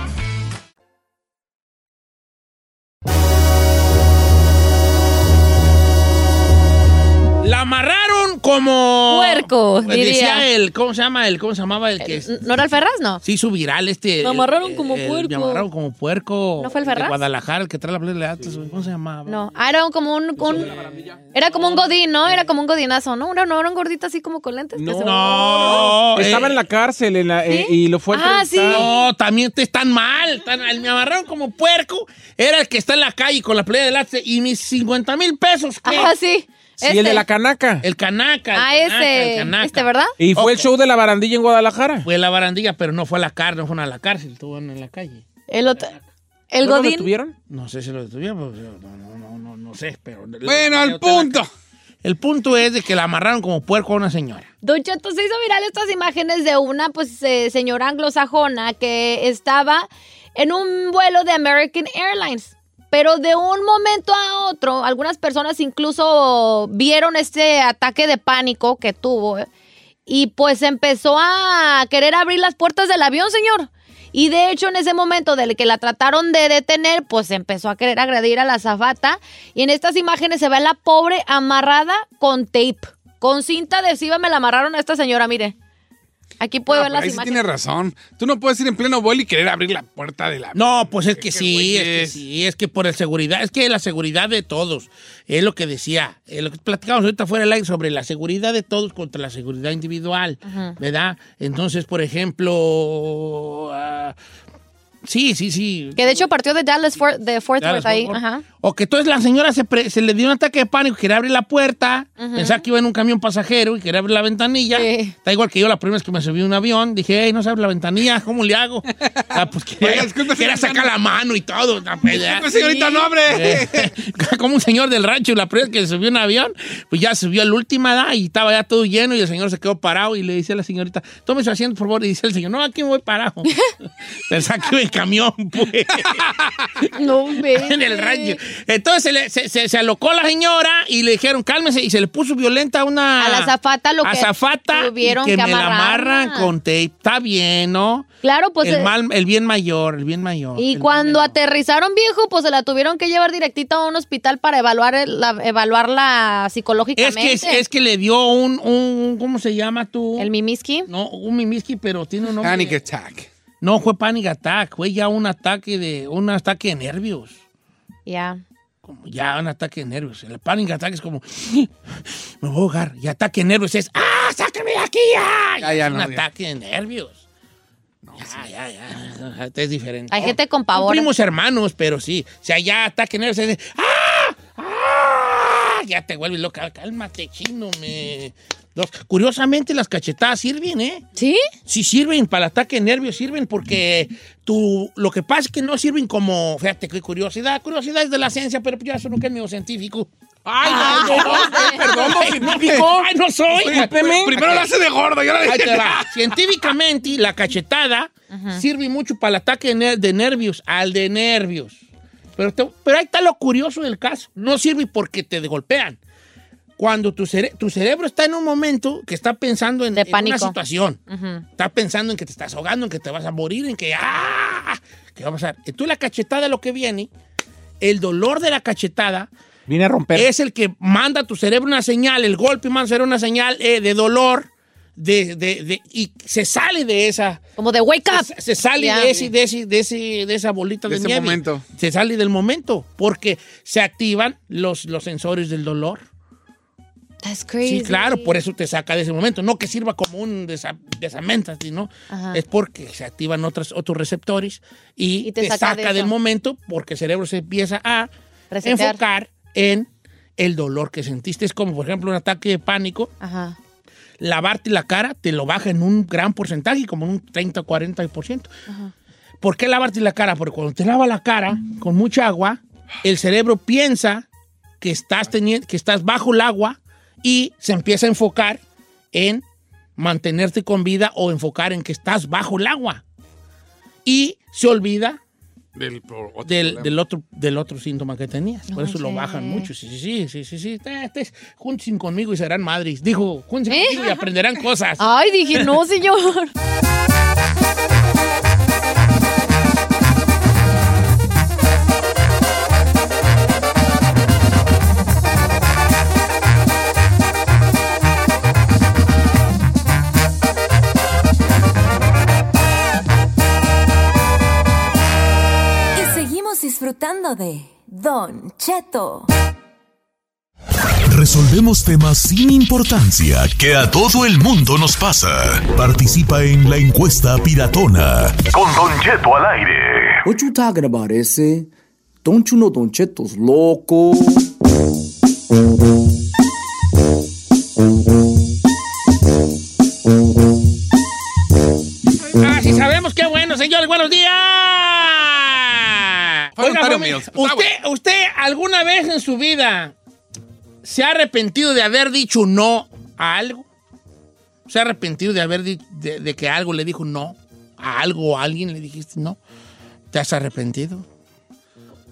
Speaker 1: La amarraron como.
Speaker 3: Puerco,
Speaker 1: Decía
Speaker 3: Pues diría.
Speaker 1: el. ¿Cómo se llama el? ¿Cómo se llamaba el que es-
Speaker 3: ¿No era el Ferraz? No.
Speaker 1: se hizo viral este?
Speaker 3: Me amarraron
Speaker 1: el-
Speaker 3: como
Speaker 1: el-
Speaker 3: puerco.
Speaker 1: Me amarraron como puerco.
Speaker 3: ¿No fue el
Speaker 1: de
Speaker 3: Ferraz?
Speaker 1: Guadalajara, el que trae la playa de Atlas, güey. ¿Cómo se llamaba?
Speaker 3: No. Ah, era como un. un- era como un godín, ¿no? Era como un godinazo, ¿no? Era, no, era un gordito así como con lentes. pues,
Speaker 4: No.
Speaker 3: que se-
Speaker 1: No.
Speaker 4: Estaba
Speaker 1: eh,
Speaker 4: en la cárcel en la- eh, y lo fue a
Speaker 3: Ah, sí.
Speaker 4: entrevistar.
Speaker 1: No, este también te están mal. Tan, al- me amarraron como puerco. Era el que está en la calle con la playa del Atlas y mis 50 mil pesos. ¿qué?
Speaker 3: Ah, sí.
Speaker 4: Sí, el de la canaca.
Speaker 1: El canaca. el
Speaker 3: Ah,
Speaker 1: canaca, el
Speaker 3: ese.
Speaker 1: canaca.
Speaker 3: Este, ¿verdad?
Speaker 4: Y fue el
Speaker 1: Ok.
Speaker 4: show de la barandilla en Guadalajara.
Speaker 1: Fue a la barandilla, pero no fue a la cárcel, no fueron a la cárcel, estuvieron en la calle.
Speaker 3: El otro. El
Speaker 4: ¿No lo
Speaker 3: godín.
Speaker 4: detuvieron?
Speaker 1: No sé si lo detuvieron, pero no, no, no, no, no sé, pero...
Speaker 2: Bueno, al punto.
Speaker 1: El punto es de que la amarraron como puerco a una señora.
Speaker 3: Don Cheto, se hizo viral estas imágenes de una pues eh, señora anglosajona que estaba en un vuelo de American Airlines. Pero de un momento a otro, algunas personas incluso vieron este ataque de pánico que tuvo eh, y pues empezó a querer abrir las puertas del avión, señor. Y de hecho, en ese momento del que la trataron de detener, pues empezó a querer agredir a la zafata. Y en estas imágenes se ve a la pobre amarrada con tape, con cinta adhesiva. Me la amarraron a esta señora, mire. Aquí
Speaker 1: Ah,
Speaker 3: puedo ver
Speaker 2: Ahí
Speaker 3: las
Speaker 2: sí
Speaker 3: imágenes.
Speaker 2: tienes razón. Tú no puedes ir en pleno vuelo y querer abrir la puerta de la...
Speaker 1: No, pues es que sí, es que sí, es que por la seguridad, es que la seguridad de todos, es lo que decía, es lo que platicamos ahorita fuera del aire sobre la seguridad de todos contra la seguridad individual,
Speaker 9: Ajá.
Speaker 1: ¿verdad? Entonces, por ejemplo, ah, sí, sí, sí.
Speaker 3: Que de hecho partió de Dallas, Fort, de Fort
Speaker 1: Dallas,
Speaker 3: Worth ahí.
Speaker 1: Fort Worth.
Speaker 3: Ajá.
Speaker 1: O que entonces la señora se, pre- se le dio un ataque de pánico, quería abrir la puerta,
Speaker 3: Ujú.
Speaker 1: pensaba que iba en un camión pasajero y quería abrir la ventanilla. Está igual que yo la primera vez que me subí a un avión, dije, hey, no se abre la ventanilla, ¿cómo le hago? Ah, pues quería, quería sacar la mano y todo.
Speaker 2: Disculpe, pues, señorita, no abre.
Speaker 1: Eh, Como un señor del rancho, la primera vez que subió a un avión, pues ya subió a la última edad y estaba ya todo lleno y el señor se quedó parado y le dice a la señorita, tome su asiento, por favor, y dice el señor, no, aquí me voy parado. Pensaba que iba en camión, pues.
Speaker 3: No, me.
Speaker 1: en el rancho. Entonces se, le- se, se- se alocó la señora y le dijeron cálmese y se le puso violenta una.
Speaker 3: A la azafata lo que
Speaker 1: azafata
Speaker 3: tuvieron
Speaker 1: y que,
Speaker 3: que
Speaker 1: me la
Speaker 3: amarrar.
Speaker 1: amarran con tape. Está bien, ¿no?
Speaker 3: Claro, pues.
Speaker 1: el,
Speaker 3: eh,
Speaker 1: mal, el bien mayor, el bien mayor.
Speaker 3: Y cuando aterrizaron, viejo, pues se la tuvieron que llevar directita a un hospital para evaluar el- la, evaluarla
Speaker 1: Es
Speaker 3: psicológicamente.
Speaker 1: que, es, es que le dio un, un- ¿Cómo se llama tú?
Speaker 3: ¿El mimiski?
Speaker 1: No, un mimiski, pero tiene un nombre.
Speaker 2: Panic attack.
Speaker 1: No, fue panic attack. Fue ya un ataque de. Un ataque de nervios.
Speaker 3: Ya.
Speaker 1: Ya un ataque de nervios. El panic attack es como. Me voy a ahogar. Y ataque de nervios es. ¡Ah, sácame de aquí! ¡Ah!
Speaker 2: Ya, ya,
Speaker 1: es
Speaker 2: no,
Speaker 1: un
Speaker 2: ya.
Speaker 1: ataque de nervios. ya, ya, ya, ya, Es diferente. Oh,
Speaker 3: Hay gente con pavor.
Speaker 1: Son primos hermanos, pero sí. O sea, ya ataque de nervios es. de, ¡Ah! ¡Ah! Ya te vuelves loca. Cálmate, chino, me. Dos. Curiosamente, las cachetadas sirven, ¿eh?
Speaker 3: ¿Sí?
Speaker 1: Sí, sirven para el ataque de nervios, sirven porque tú, lo que pasa es que no sirven como, fíjate qué curiosidad, curiosidad es de la ciencia, pero yo eso nunca es medio científico.
Speaker 4: Ay, no, no, no, perdón,
Speaker 1: Ah. Ay,
Speaker 4: don científico.
Speaker 1: eh, Ay, no soy.
Speaker 4: Discúlpeme.
Speaker 2: Primero lo hace de gordo, y ahora de-
Speaker 1: Ahí te va. Científicamente, la cachetada sirve mucho para el ataque de ner- de nervios, al de nervios. Pero, te- pero ahí está lo curioso del caso. No sirve porque te golpean. Cuando tu, cere- tu cerebro está en un momento que está pensando en, en una
Speaker 3: pánico.
Speaker 1: situación.
Speaker 3: Ujú.
Speaker 1: Está pensando en que te estás ahogando, en que te vas a morir, en que ¡ah! ¿Qué va a pasar? Entonces la cachetada lo que viene, el dolor de la cachetada
Speaker 4: Viene a romper.
Speaker 1: es el que manda a tu cerebro una señal, el golpe manda a tu cerebro una señal eh, de dolor de, de- de- y se sale de esa...
Speaker 3: Como de wake up.
Speaker 1: Se sale
Speaker 3: Ya.
Speaker 1: de, ese, de, ese- de ese- de esa bolita
Speaker 2: De
Speaker 1: de,
Speaker 2: ese
Speaker 1: nieve.
Speaker 2: momento.
Speaker 1: Se sale del momento porque se activan los, los sensores del dolor.
Speaker 3: That's
Speaker 1: Sí,
Speaker 3: crazy.
Speaker 1: claro, por eso te saca de ese momento. No que sirva como un desa- desamenta, sino
Speaker 3: Ajá.
Speaker 1: es porque se activan otras, otros receptores y,
Speaker 3: Y
Speaker 1: te,
Speaker 3: te
Speaker 1: saca,
Speaker 3: saca de eso.
Speaker 1: del momento porque el cerebro se empieza a
Speaker 3: Resetear.
Speaker 1: enfocar en el dolor que sentiste. Es como, por ejemplo, un ataque de pánico.
Speaker 3: Ajá.
Speaker 1: Lavarte la cara te lo baja en un gran porcentaje, como en un 30 o 40%.
Speaker 3: Ajá.
Speaker 1: ¿Por qué lavarte la cara? Porque cuando te lava la cara con mucha agua, el cerebro piensa que estás, teniendo, que estás bajo el agua y se empieza a enfocar en mantenerte con vida o enfocar en que estás bajo el agua. Y se olvida
Speaker 2: Del, pro- otro
Speaker 1: del,
Speaker 2: problema.
Speaker 1: del otro, del otro síntoma que tenías. Por
Speaker 3: No
Speaker 1: eso lo
Speaker 3: sé.
Speaker 1: bajan mucho. Sí, sí, sí, sí, sí. sí. Te- te- júntense conmigo y serán madres. Dijo, júntense
Speaker 3: ¿Eh?
Speaker 1: conmigo y aprenderán cosas.
Speaker 3: Ay, dije, no, señor.
Speaker 10: Y seguimos disfrutando de Don Cheto.
Speaker 11: Resolvemos temas sin importancia que a todo el mundo nos pasa. Participa en la encuesta piratona.
Speaker 12: Con Don Cheto al aire. What you talking about, ese? Don't you know Don Cheto's loco?
Speaker 10: Ah,
Speaker 1: Ah, sí sabemos qué bueno, señores. Buenos días.
Speaker 2: Fueron
Speaker 1: Oiga,
Speaker 2: varios
Speaker 1: familia,
Speaker 2: míos. Está
Speaker 1: usted, usted alguna vez en su vida se ha arrepentido de haber dicho no a algo? ¿Se ha arrepentido de haber di- de, de que algo le dijo no? ¿A algo o a alguien le dijiste no? ¿Te has arrepentido?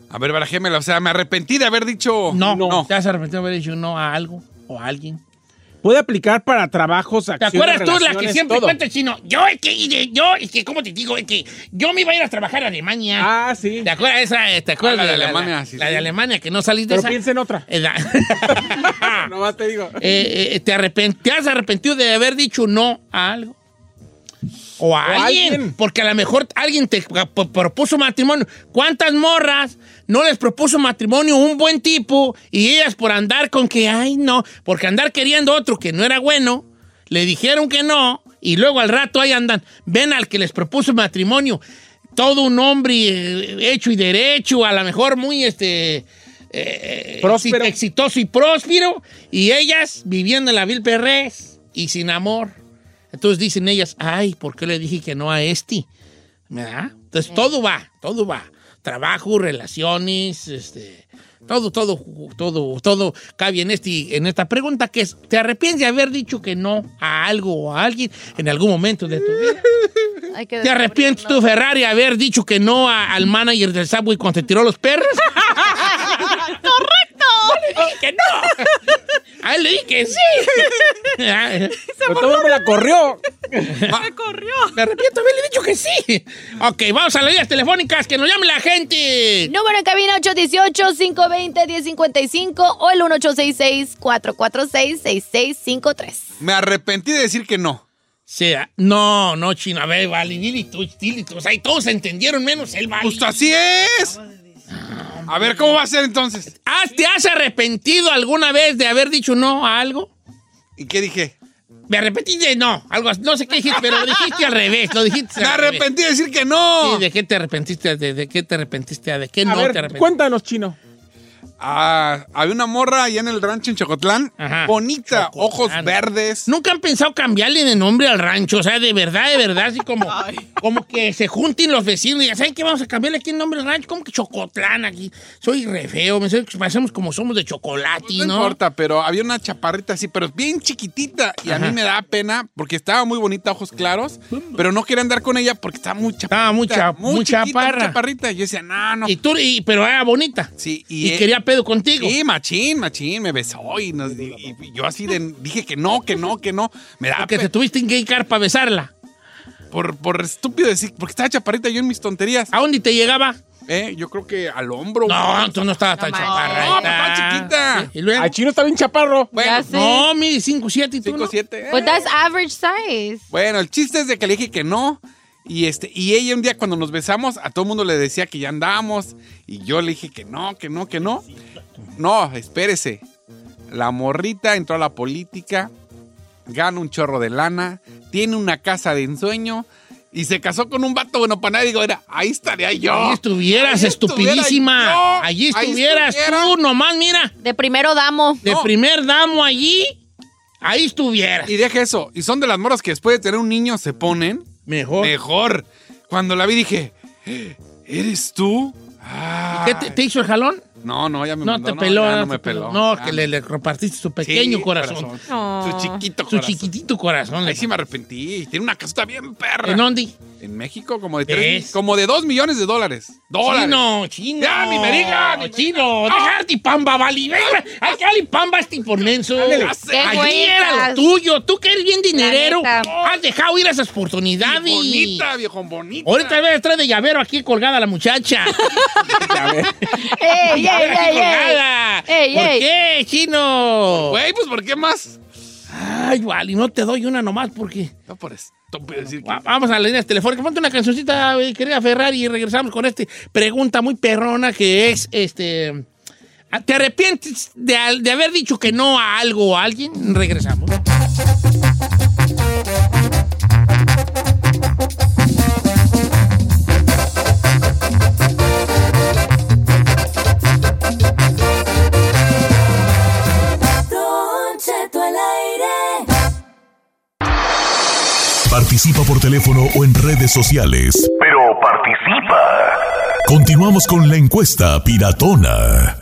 Speaker 2: A ver, barajémela. O sea, me arrepentí de haber dicho...
Speaker 1: No, ¿Te has arrepentido de haber dicho no a algo o a alguien?
Speaker 4: Puede aplicar para trabajos,
Speaker 1: ¿Te
Speaker 4: acciones,
Speaker 1: acuerdas tú la que
Speaker 4: relaciones,
Speaker 1: siempre
Speaker 4: todo.
Speaker 1: cuenta el chino? Yo es que, y de- yo es que, ¿cómo te digo? Es que yo me iba a ir a trabajar a Alemania. Ah, sí. ¿Te acuerdas esa? eh, ¿Te acuerdas
Speaker 4: Ah, la de Alemania,
Speaker 1: La,
Speaker 4: sí,
Speaker 1: la
Speaker 4: sí.
Speaker 1: de Alemania, que no saliste
Speaker 4: Pero
Speaker 1: esa.
Speaker 4: piensa en otra.
Speaker 1: Eh, la-
Speaker 4: Ah, Nomás te digo.
Speaker 1: eh, eh, ¿te, arrepen- ¿Te has arrepentido de haber dicho no a algo? O a alguien, Porque a lo mejor alguien te p- propuso matrimonio. ¿Cuántas morras no les propuso matrimonio un buen tipo y ellas por andar con que, ay, no, porque andar queriendo otro que no era bueno, le dijeron que no y luego al rato ahí andan. Ven al que les propuso matrimonio. Todo un hombre eh, hecho y derecho, a lo mejor muy este. eh,
Speaker 4: Próspero.
Speaker 1: exi- exitoso y próspero, y ellas viviendo en la vil perrez y sin amor. Entonces dicen ellas, ay, ¿por qué le dije que no a este? ¿Verdad? Entonces todo va, todo va. Trabajo, relaciones, este, todo, todo, todo, todo cabe en, este, en esta pregunta que es, ¿te arrepientes de haber dicho que no a algo o a alguien en algún momento de tu vida?
Speaker 3: Hay que
Speaker 1: ¿Te arrepientes tú, Ferrari, de haber dicho que no a- al manager del Subway cuando te tiró los perros?
Speaker 5: ¡Correcto!
Speaker 1: le dije que no! ¡A él le dije que sí!
Speaker 4: Pero me la corrió.
Speaker 1: Me corrió. Ah. Me arrepiento, me le he dicho que sí. Ok, vamos a las líneas telefónicas, que nos llame la gente.
Speaker 3: Número en cabina 818-520-1055 o el 1866-446-6653.
Speaker 2: Me arrepentí de decir que no.
Speaker 1: Sea, ¿eh? no, no, Chino. A ver, vale, dile tú, dile tú. O sea, y todos se entendieron menos el vale. Ah,
Speaker 2: Justo Pues así es. A ver, ¿cómo va a ser entonces?
Speaker 1: ¿Has- ¿Te has arrepentido alguna vez de haber dicho no a algo?
Speaker 2: ¿Y qué dije?
Speaker 1: Me arrepentí de no. Algo, así, no sé qué dijiste, pero lo dijiste al revés. Lo dijiste
Speaker 2: Me
Speaker 1: al revés.
Speaker 2: arrepentí de decir que no.
Speaker 1: Sí, ¿De qué te arrepentiste? ¿De, de qué te arrepentiste? ¿De qué
Speaker 4: A
Speaker 1: eh, no
Speaker 4: ver,
Speaker 1: te arrepentiste?
Speaker 4: cuéntanos, chino.
Speaker 2: Ah, había una morra allá en el rancho en Chocotlán. Bonita, ojos verdes.
Speaker 1: Nunca han pensado cambiarle de nombre al rancho. O sea, de verdad, de verdad, así como, como que se junten los vecinos y digan, ¿saben qué? Vamos a cambiarle aquí el nombre al rancho. Como que Chocotlán aquí. Soy re feo, me soy- parecemos como somos de chocolate,
Speaker 2: No,
Speaker 1: ¿no?
Speaker 2: importa, pero había una chaparrita así, pero bien chiquitita. Y a
Speaker 1: Ajá.
Speaker 2: mí me da pena porque estaba muy bonita, ojos claros. Pero no quería andar con ella porque estaba muy chaparrita.
Speaker 1: Estaba muy, cha- muy
Speaker 2: chiquita,
Speaker 1: chaparra.
Speaker 2: muy chaparrita. Y yo decía, no, no.
Speaker 1: Y tú, y- pero era bonita.
Speaker 2: Sí,
Speaker 1: Y quería pedo contigo.
Speaker 2: Sí, machín, machín, me besó y, nos- y- y- y yo así de- dije que no, que no, que no. Me da
Speaker 1: Porque te tuviste que hincar para besarla.
Speaker 2: Por, por estúpido decir, porque estaba chaparrita yo en mis tonterías.
Speaker 1: ¿A dónde te llegaba?
Speaker 2: Eh, yo creo que al hombro.
Speaker 1: No, tú no estabas tan chaparra.
Speaker 2: No, estaba chiquita.
Speaker 1: Y luego,
Speaker 4: Al chino está bien chaparro.
Speaker 3: Ya sé.
Speaker 1: no, mide 5, 7 y tú no.
Speaker 2: 5'7", eh.
Speaker 3: But that's average size.
Speaker 2: Bueno, el chiste es de que le dije que no. Y, este, y ella un día cuando nos besamos, a todo el mundo le decía que ya andábamos. Y yo le dije que no, que no, que no. No, espérese. La morrita entró a la política, gana un chorro de lana, tiene una casa de ensueño y se casó con un vato bueno para nadie. Digo, era, ahí estaría yo.
Speaker 1: Ahí estuvieras,
Speaker 2: Ahí estuviera
Speaker 1: estupidísima.
Speaker 2: yo,
Speaker 1: allí
Speaker 2: ahí
Speaker 1: estuvieras
Speaker 2: estuviera.
Speaker 1: tú nomás, mira.
Speaker 3: De primero damo.
Speaker 1: De primer damo allí, ahí estuvieras.
Speaker 2: Y deja eso. Y son de las morras que después de tener un niño se ponen.
Speaker 1: Mejor.
Speaker 2: Mejor. Cuando la vi dije, ¿eres tú? Ah.
Speaker 1: ¿Qué te, te hizo el jalón?
Speaker 2: No, no, ya me
Speaker 1: No
Speaker 2: mandó,
Speaker 1: te peló.
Speaker 2: ya
Speaker 1: no
Speaker 2: no
Speaker 1: te
Speaker 2: me peló.
Speaker 1: No,
Speaker 2: Ya
Speaker 1: que
Speaker 2: no.
Speaker 1: le, le compartiste su pequeño
Speaker 2: Sí,
Speaker 1: corazón.
Speaker 2: Su chiquito
Speaker 1: Su
Speaker 2: corazón.
Speaker 1: chiquitito corazón.
Speaker 2: Ahí sí me arrepentí. Tiene una casota bien perra.
Speaker 1: ¿En dónde?
Speaker 2: En México, como de
Speaker 1: ¿Ves?
Speaker 2: tres, como de dos millones de dólares. Dólares.
Speaker 1: Chino, chino.
Speaker 2: Ya, mi meriga, mi
Speaker 1: Chino, deja de pamba, vale. Venga, Hay que darle pamba a este pornenso.
Speaker 2: Qué
Speaker 1: Allí
Speaker 3: güeyes.
Speaker 1: era lo tuyo. Tú que eres bien dinerero.
Speaker 3: La
Speaker 1: Has dejado ir esas oportunidades.
Speaker 2: Bonita, viejo, bonita.
Speaker 1: Ahorita ves trae de llavero aquí colgada la muchacha.
Speaker 2: Eh,
Speaker 3: ¡Ey, ey,
Speaker 1: Llavero aquí
Speaker 3: ey, ey!
Speaker 1: colgada.
Speaker 3: Ey,
Speaker 1: ¿Por
Speaker 3: ey.
Speaker 1: qué, chino?
Speaker 2: Güey, pues ¿por qué más?
Speaker 1: Ay, vale, no te doy una nomás porque.
Speaker 2: No por estúpido decir que.
Speaker 1: Va- Vamos a las líneas telefónicas. Ponte una cancioncita, eh, querida Ferrari, y regresamos con esta pregunta muy perrona que es, este... ¿Te arrepientes de, al- de haber dicho que no a algo o a alguien? Regresamos.
Speaker 10: Don Cheto al aire.
Speaker 11: Participa por teléfono o en redes sociales.
Speaker 9: Pero participa.
Speaker 11: Continuamos con la encuesta piratona.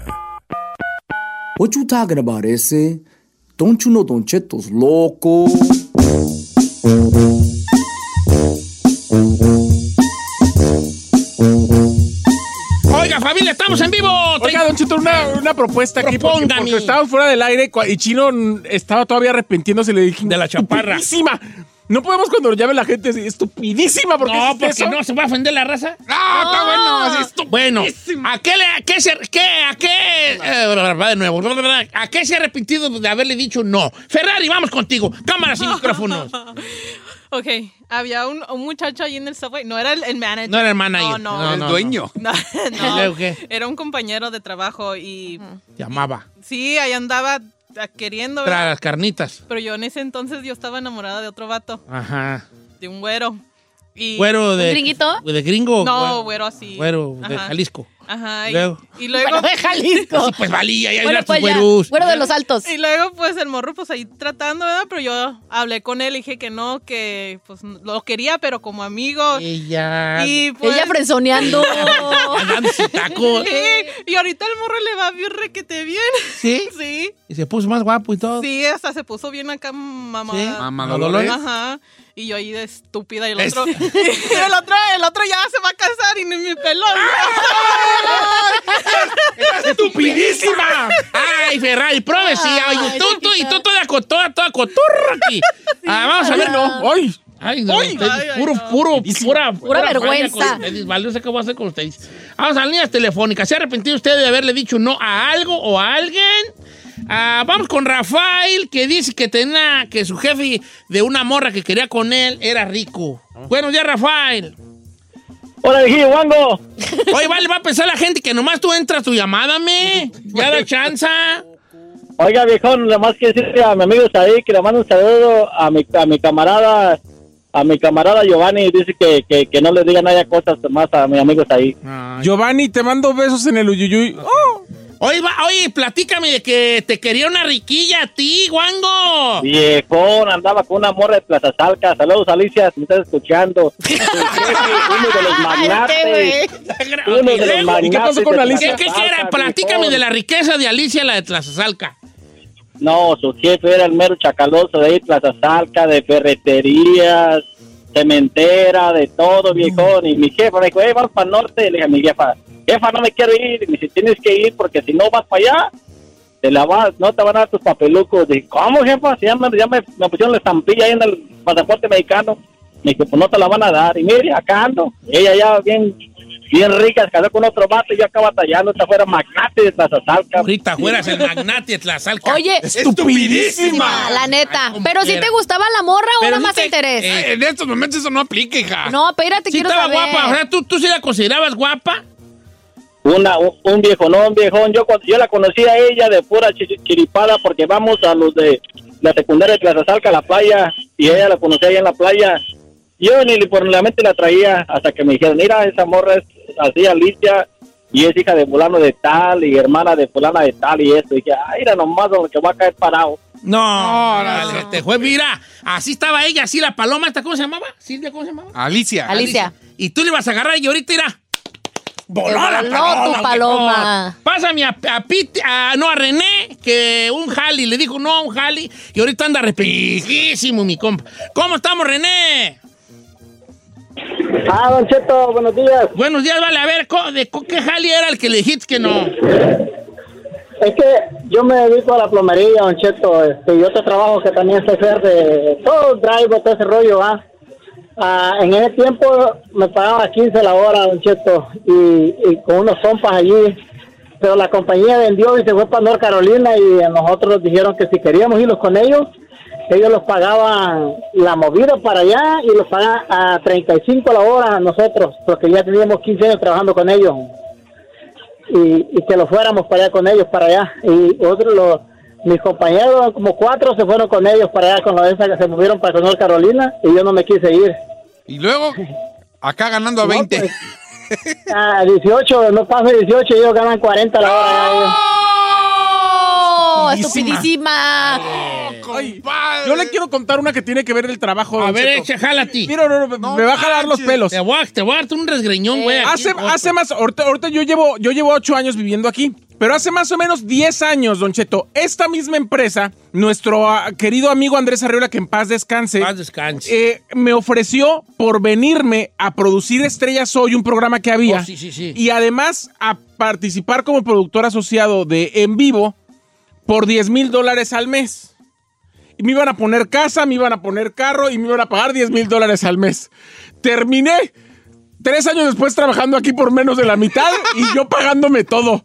Speaker 12: What you talking about, ese? Don't you know Don Cheto's loco?
Speaker 1: Oiga, familia, estamos en vivo.
Speaker 4: Oiga, don Chito, una, una propuesta aquí. Porque,
Speaker 1: Propóngame.
Speaker 4: porque estábamos fuera del aire cua- y Chino mm, estaba todavía arrepintiéndose. Le dije,
Speaker 1: De la chaparra.
Speaker 4: estupidísima. No podemos cuando nos llame la gente así, estupidísima. Porque
Speaker 1: No, porque no se va a ofender la raza.
Speaker 2: ¡Ah, está bueno! Así estúpido.
Speaker 1: Bueno, ¿a qué, le, a qué se, qué, a qué, eh, va de nuevo, ¿a qué se ha arrepentido de haberle dicho no? Ferrari, vamos contigo, cámaras y micrófonos.
Speaker 13: Ok, había un, un muchacho ahí en el subway. No era el, el manager.
Speaker 1: No era el manager.
Speaker 13: No, no.
Speaker 1: No, El no, dueño.
Speaker 13: No, no.
Speaker 1: ¿Y luego qué?
Speaker 13: Era un compañero de trabajo y
Speaker 1: Llamaba.
Speaker 13: sí, ahí andaba ah, queriendo.
Speaker 1: Tras
Speaker 13: ¿verdad?
Speaker 1: las carnitas.
Speaker 13: Pero yo en ese entonces yo estaba enamorada de otro vato,
Speaker 1: Ajá.
Speaker 13: de un güero. Y,
Speaker 1: ¿Güero de. ¿De gringo? o
Speaker 13: No, güero así.
Speaker 1: Güero de
Speaker 13: Ajá.
Speaker 1: Jalisco.
Speaker 13: Ajá. Y y
Speaker 1: Luego.
Speaker 13: luego.
Speaker 3: Güero de Jalisco.
Speaker 1: Sí, pues valía, ya
Speaker 3: Bueno,
Speaker 1: era
Speaker 3: pues
Speaker 1: tu
Speaker 3: ya.
Speaker 1: güerús.
Speaker 3: Güero de los altos.
Speaker 13: Y luego, pues, el morro, pues, ahí tratando, ¿verdad? Pero yo hablé con él y dije que no, que, pues, lo quería, pero como amigo.
Speaker 1: Ella.
Speaker 13: Y, pues-
Speaker 3: Ella frenzoneando.
Speaker 1: Andando su taco.
Speaker 13: Sí, Y ahorita el morro le va bien requete bien.
Speaker 1: ¿Sí?
Speaker 13: Sí.
Speaker 1: Y se puso más guapo y todo.
Speaker 13: Sí, hasta se puso bien acá mamá.
Speaker 1: Sí. Mamá Dolores.
Speaker 13: Ajá. Y yo ahí de estúpida y el
Speaker 1: Es-
Speaker 13: otro, y el otro, el otro ya se va a casar y ni mi pelo.
Speaker 1: ¡Estupidísima! ¡Ay, Ferrari! ¡Prove sí! ¡Ay,
Speaker 13: Ay,
Speaker 1: tú, tú, y tú toda cotoda, toda cotorra aquí! Ah, vamos a ver.
Speaker 4: No.
Speaker 1: ¡Ay! ¡Ay, no,
Speaker 4: Ay,
Speaker 1: ustedes,
Speaker 4: ay, ay,
Speaker 1: puro,
Speaker 4: no.
Speaker 1: puro, pura, falla
Speaker 4: vergüenza.
Speaker 1: con ustedes. Vale, no sé qué voy a hacer con ustedes. Vamos a las líneas telefónicas. ¿Se ha arrepentido usted de haberle dicho no a algo o a alguien? Ah, vamos con Rafael, que dice que tenía, que su jefe de una morra que quería con él era rico. Buenos días, Rafael.
Speaker 14: Hola, Vigilio Wango.
Speaker 1: Oye, vale, va a pensar la gente que nomás tú entras tu llamada, me. Ya da chanza.
Speaker 14: Oiga, viejón, nada más que decirle a mi amigo ahí que le mando un saludo a mi, a mi camarada, a mi camarada Giovanni, dice que, que, que no le digan nada cosas más a mi amigo ahí.
Speaker 4: Giovanni, te mando besos en el uyuyuy.
Speaker 14: Oh.
Speaker 1: Oye, va- oye, platícame de que te quería una riquilla a ti, guango.
Speaker 14: Viejón, andaba con una morra de Plaza Salca. Saludos, Alicia, si me estás escuchando. Tu jefe, Uno de los magnates. Uno de los magnates. de
Speaker 1: ¿Qué,
Speaker 14: Plaza
Speaker 1: qué- qué era?
Speaker 14: Salca,
Speaker 1: Platícame
Speaker 14: viejón.
Speaker 1: de la riqueza de Alicia, la de Tlazazalca.
Speaker 14: No, su jefe era el mero chacaloso de ahí, Plaza Salca, de ferreterías, cementera, de todo, viejón. Y mi jefa me dijo, eh, vas para el norte. Y le dije a mi jefa, jefa, no me quiero ir. Y me dice, tienes que ir porque si no vas para allá, te la vas, no te van a dar tus papelucos. Dije, ¿cómo, jefa? Si ya me, ya me, me pusieron la estampilla ahí en el pasaporte mexicano. Me dijo, pues no te la van a dar. Y mire, acá ando. Ella ya bien... Bien rica, se casó con otro vato y yo acá batallando. Esta fuera magnate de Plaza Salca.
Speaker 1: Ahorita fueras el magnate de Tlazalca.
Speaker 3: Oye, estupidísima, La neta. pero si
Speaker 1: quiera.
Speaker 3: te gustaba la morra o
Speaker 1: Pero
Speaker 3: era
Speaker 1: sí
Speaker 3: más
Speaker 1: te-
Speaker 3: interés.
Speaker 1: Eh, en estos momentos eso no aplica, hija.
Speaker 3: No, espérate,
Speaker 1: Sí
Speaker 3: quiero
Speaker 1: estaba
Speaker 3: saber.
Speaker 1: guapa. O sea, ¿tú, ¿tú sí la considerabas guapa?
Speaker 14: Una, un, un viejonón, viejón. Yo, cuando- yo la conocí a ella de pura chi- chiripada porque vamos a los de la secundaria de Tlazazalca a la playa y ella la conocí ahí en la playa. Yo ni le- por la mente la traía hasta que me dijeron, mira, esa morra es así, Alicia, y es hija de fulano de tal y hermana de fulana de tal y esto. Y dije, ay, mira nomás lo que va a caer parado.
Speaker 1: No, se te fue, mira. Así estaba ella, así la paloma, ¿esta cómo se llamaba? ¿Silvia cómo se llamaba?
Speaker 2: Alicia.
Speaker 1: Y tú le vas a agarrar y ahorita irá. Voló la
Speaker 3: Voló
Speaker 1: paloma.
Speaker 3: tu paloma.
Speaker 1: viejo. Pásame a, a Pete, a- no, a René, que un jali, le dijo no a un jali, y ahorita anda arrepentidísimo, mi compa. ¿Cómo estamos, René?
Speaker 14: Ah, Don Cheto, buenos días.
Speaker 1: Buenos días, vale, a ver, co- de, co- ¿qué jali era el que le dijiste que no?
Speaker 14: Es que yo me dedico a la plomería, Don Cheto, este, y otro trabajo que también sé hacer de todo drive, todo ese rollo, ¿ah? Ah, en ese tiempo me pagaba 15 la hora, Don Cheto, y, y con unos compas allí, pero la compañía vendió y se fue para North Carolina y a nosotros nos dijeron que si queríamos irnos con ellos, ellos los pagaban la movida para allá y los pagaban a 35 la hora a nosotros, porque ya teníamos 15 años trabajando con ellos y, y que lo fuéramos para allá con ellos, para allá. Y otros, los, mis compañeros, como cuatro, se fueron con ellos para allá, con la de esa que se movieron para North Carolina, y yo no me quise ir.
Speaker 2: Y luego, acá ganando a 20.
Speaker 14: A 18, no paso 18, ellos ganan 40 la hora. ya, ellos.
Speaker 3: ¡Oh!
Speaker 4: Estupidísima.
Speaker 3: Estupidísima.
Speaker 4: Yo le quiero contar una que tiene que ver el trabajo.
Speaker 1: A
Speaker 4: don
Speaker 1: ver,
Speaker 4: Cheto.
Speaker 1: echa, jálate.
Speaker 4: Mira, no, no, me- me va a jalar los pelos. Eh,
Speaker 1: Te voy a, te voy a darte un resgreñón, güey. aquí
Speaker 4: Hace,
Speaker 1: en corto.
Speaker 4: hace más, ahorita, ahorita yo llevo, yo llevo ocho años viviendo aquí, pero hace más o menos 10 años, Don Cheto, esta misma empresa, nuestro ah, querido amigo Andrés Arriola, que en paz descanse, eh, me ofreció por venirme a producir Estrellas Hoy, un programa que había,
Speaker 1: Oh, sí, sí, sí.
Speaker 4: y además a participar como productor asociado de En Vivo por 10 mil dólares al mes. Y me iban a poner casa, me iban a poner carro y me iban a pagar 10 mil dólares al mes. Terminé tres años después trabajando aquí por menos de la mitad y yo pagándome todo.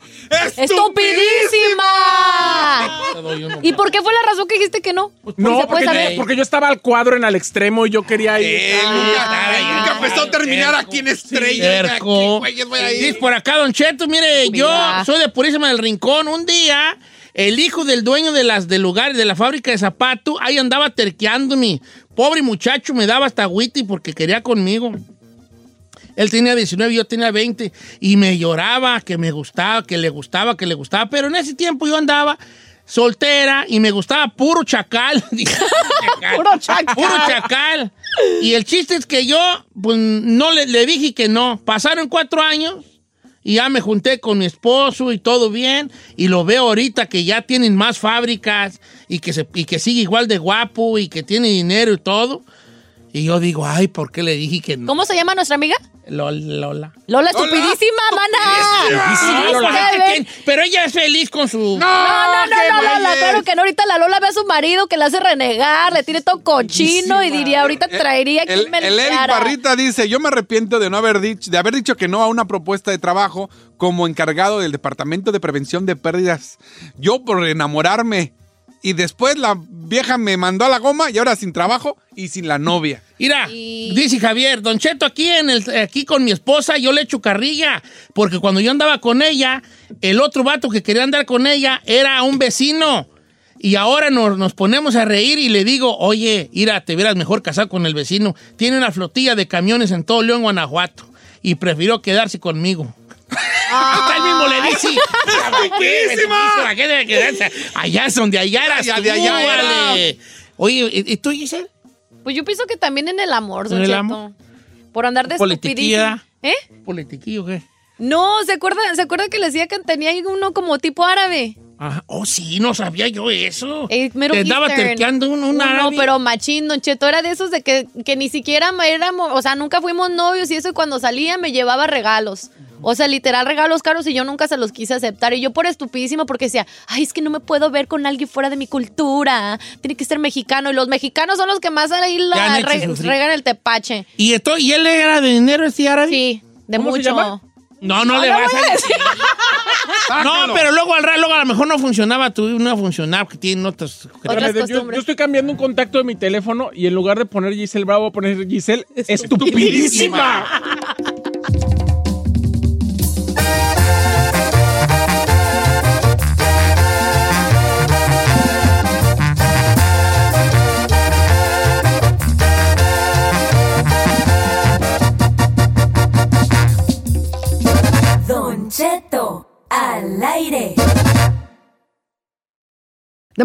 Speaker 3: ¡Estupidísima! neta. ¿Y por qué fue la razón que dijiste que no?
Speaker 4: No,
Speaker 3: se puede
Speaker 4: porque,
Speaker 3: saber.
Speaker 4: porque yo estaba al cuadro en al extremo y yo quería ir. Ah,
Speaker 1: nunca empezó a terminar aquí en estrella. Dice por acá, Don Cheto, mire,
Speaker 4: Mira.
Speaker 1: yo soy de Purísima del Rincón. Un día, el hijo del dueño de las, del lugar, de la fábrica de zapatos, ahí andaba terqueándome. Pobre muchacho, me daba hasta y porque quería conmigo. Él tenía 19, yo tenía 20 y me lloraba que me gustaba, que le gustaba, que le gustaba, pero en ese tiempo yo andaba soltera y me gustaba puro chacal. puro chacal. Puro chacal. Y el chiste es que yo pues, no le, le dije que no. Pasaron cuatro años y ya me junté con mi esposo y todo bien. Y lo veo ahorita que ya tienen más fábricas y que, se- y que sigue igual de guapo y que tiene dinero y todo. Y yo digo, ay, ¿por qué le dije que no?
Speaker 3: ¿Cómo se llama nuestra amiga?
Speaker 1: Lol- Lola.
Speaker 3: Lola, estupidísima, mana.
Speaker 1: Sí,
Speaker 3: Sí,
Speaker 1: Lola.
Speaker 3: ustedes.
Speaker 1: Pero ella es feliz con su.
Speaker 3: No, no,
Speaker 1: Ah, qué
Speaker 3: no, no, Lola,
Speaker 1: güeyes.
Speaker 3: claro que no. Ahorita la Lola ve a su marido que la hace renegar, le tiene todo cochino y diría, ahorita traería quien
Speaker 2: Eh, El,
Speaker 3: me
Speaker 2: el Eric
Speaker 3: limpiara.
Speaker 2: Barrita dice, yo me arrepiento de no haber dicho, de haber dicho que no a una propuesta de trabajo como encargado del Departamento de Prevención de Pérdidas. Yo por enamorarme. Y después la vieja me mandó a la goma y ahora sin trabajo y sin la novia.
Speaker 1: Mira, dice Javier, Don Cheto, aquí, en el, aquí con mi esposa yo le echo carrilla, porque cuando yo andaba con ella, el otro vato que quería andar con ella era un vecino. Y ahora nos, nos ponemos a reír y le digo, oye, Ira, te verás mejor casar con el vecino. Tiene una flotilla de camiones en todo León, Guanajuato. Y prefirió quedarse conmigo. Hasta el mismo le dice.
Speaker 10: ¡Buenísima!
Speaker 1: ¿Para qué debe quedarse? Allá es donde allá eras
Speaker 2: Allá de
Speaker 1: tú,
Speaker 2: allá era.
Speaker 1: vale. Oye, ¿y y tú, Giselle?
Speaker 3: Pues yo pienso que también en el amor,
Speaker 1: ¿En
Speaker 3: Don
Speaker 1: el
Speaker 3: Cheto.
Speaker 1: amor?
Speaker 3: Por andar de
Speaker 1: Politiquía.
Speaker 3: estupidísima. ¿Eh?
Speaker 1: ¿Politiquillo qué?
Speaker 3: No, ¿se acuerda, ¿se acuerda que le decía que tenía ahí uno como tipo árabe?
Speaker 1: Ajá. Oh, sí, no sabía yo eso.
Speaker 3: Eh, mero
Speaker 1: Te andaba
Speaker 3: Eastern.
Speaker 1: terqueando un, un
Speaker 3: No,
Speaker 1: árabe.
Speaker 3: pero machín, Don Cheto, era de esos de que, que ni siquiera ma- éramos, o sea, nunca fuimos novios y eso, y cuando salía me llevaba regalos. O sea, literal, regalos caros y yo nunca se los quise aceptar. Y yo por estupidísima, porque decía, ay, es que no me puedo ver con alguien fuera de mi cultura. Tiene que ser mexicano. Y los mexicanos son los que más ahí
Speaker 1: Te han
Speaker 3: la
Speaker 1: hecho
Speaker 3: re-
Speaker 1: sufrir.
Speaker 3: regan el tepache.
Speaker 1: ¿Y, esto, ¿Y él era de dinero este árabe?
Speaker 3: Sí, de
Speaker 1: ¿Cómo se
Speaker 3: mucho.
Speaker 1: llama? No, no,
Speaker 3: No,
Speaker 1: le
Speaker 3: no
Speaker 1: vas
Speaker 3: voy a
Speaker 1: a
Speaker 3: decir.
Speaker 1: No, pero luego al ra- luego a lo mejor no funcionaba, tu no funcionaba, que tienen otras
Speaker 4: Espérame, yo- yo, estoy cambiando un contacto de mi teléfono y en lugar de poner Giselle Bravo, voy a poner Giselle estupidísima.
Speaker 10: Don Cheto al aire.
Speaker 6: The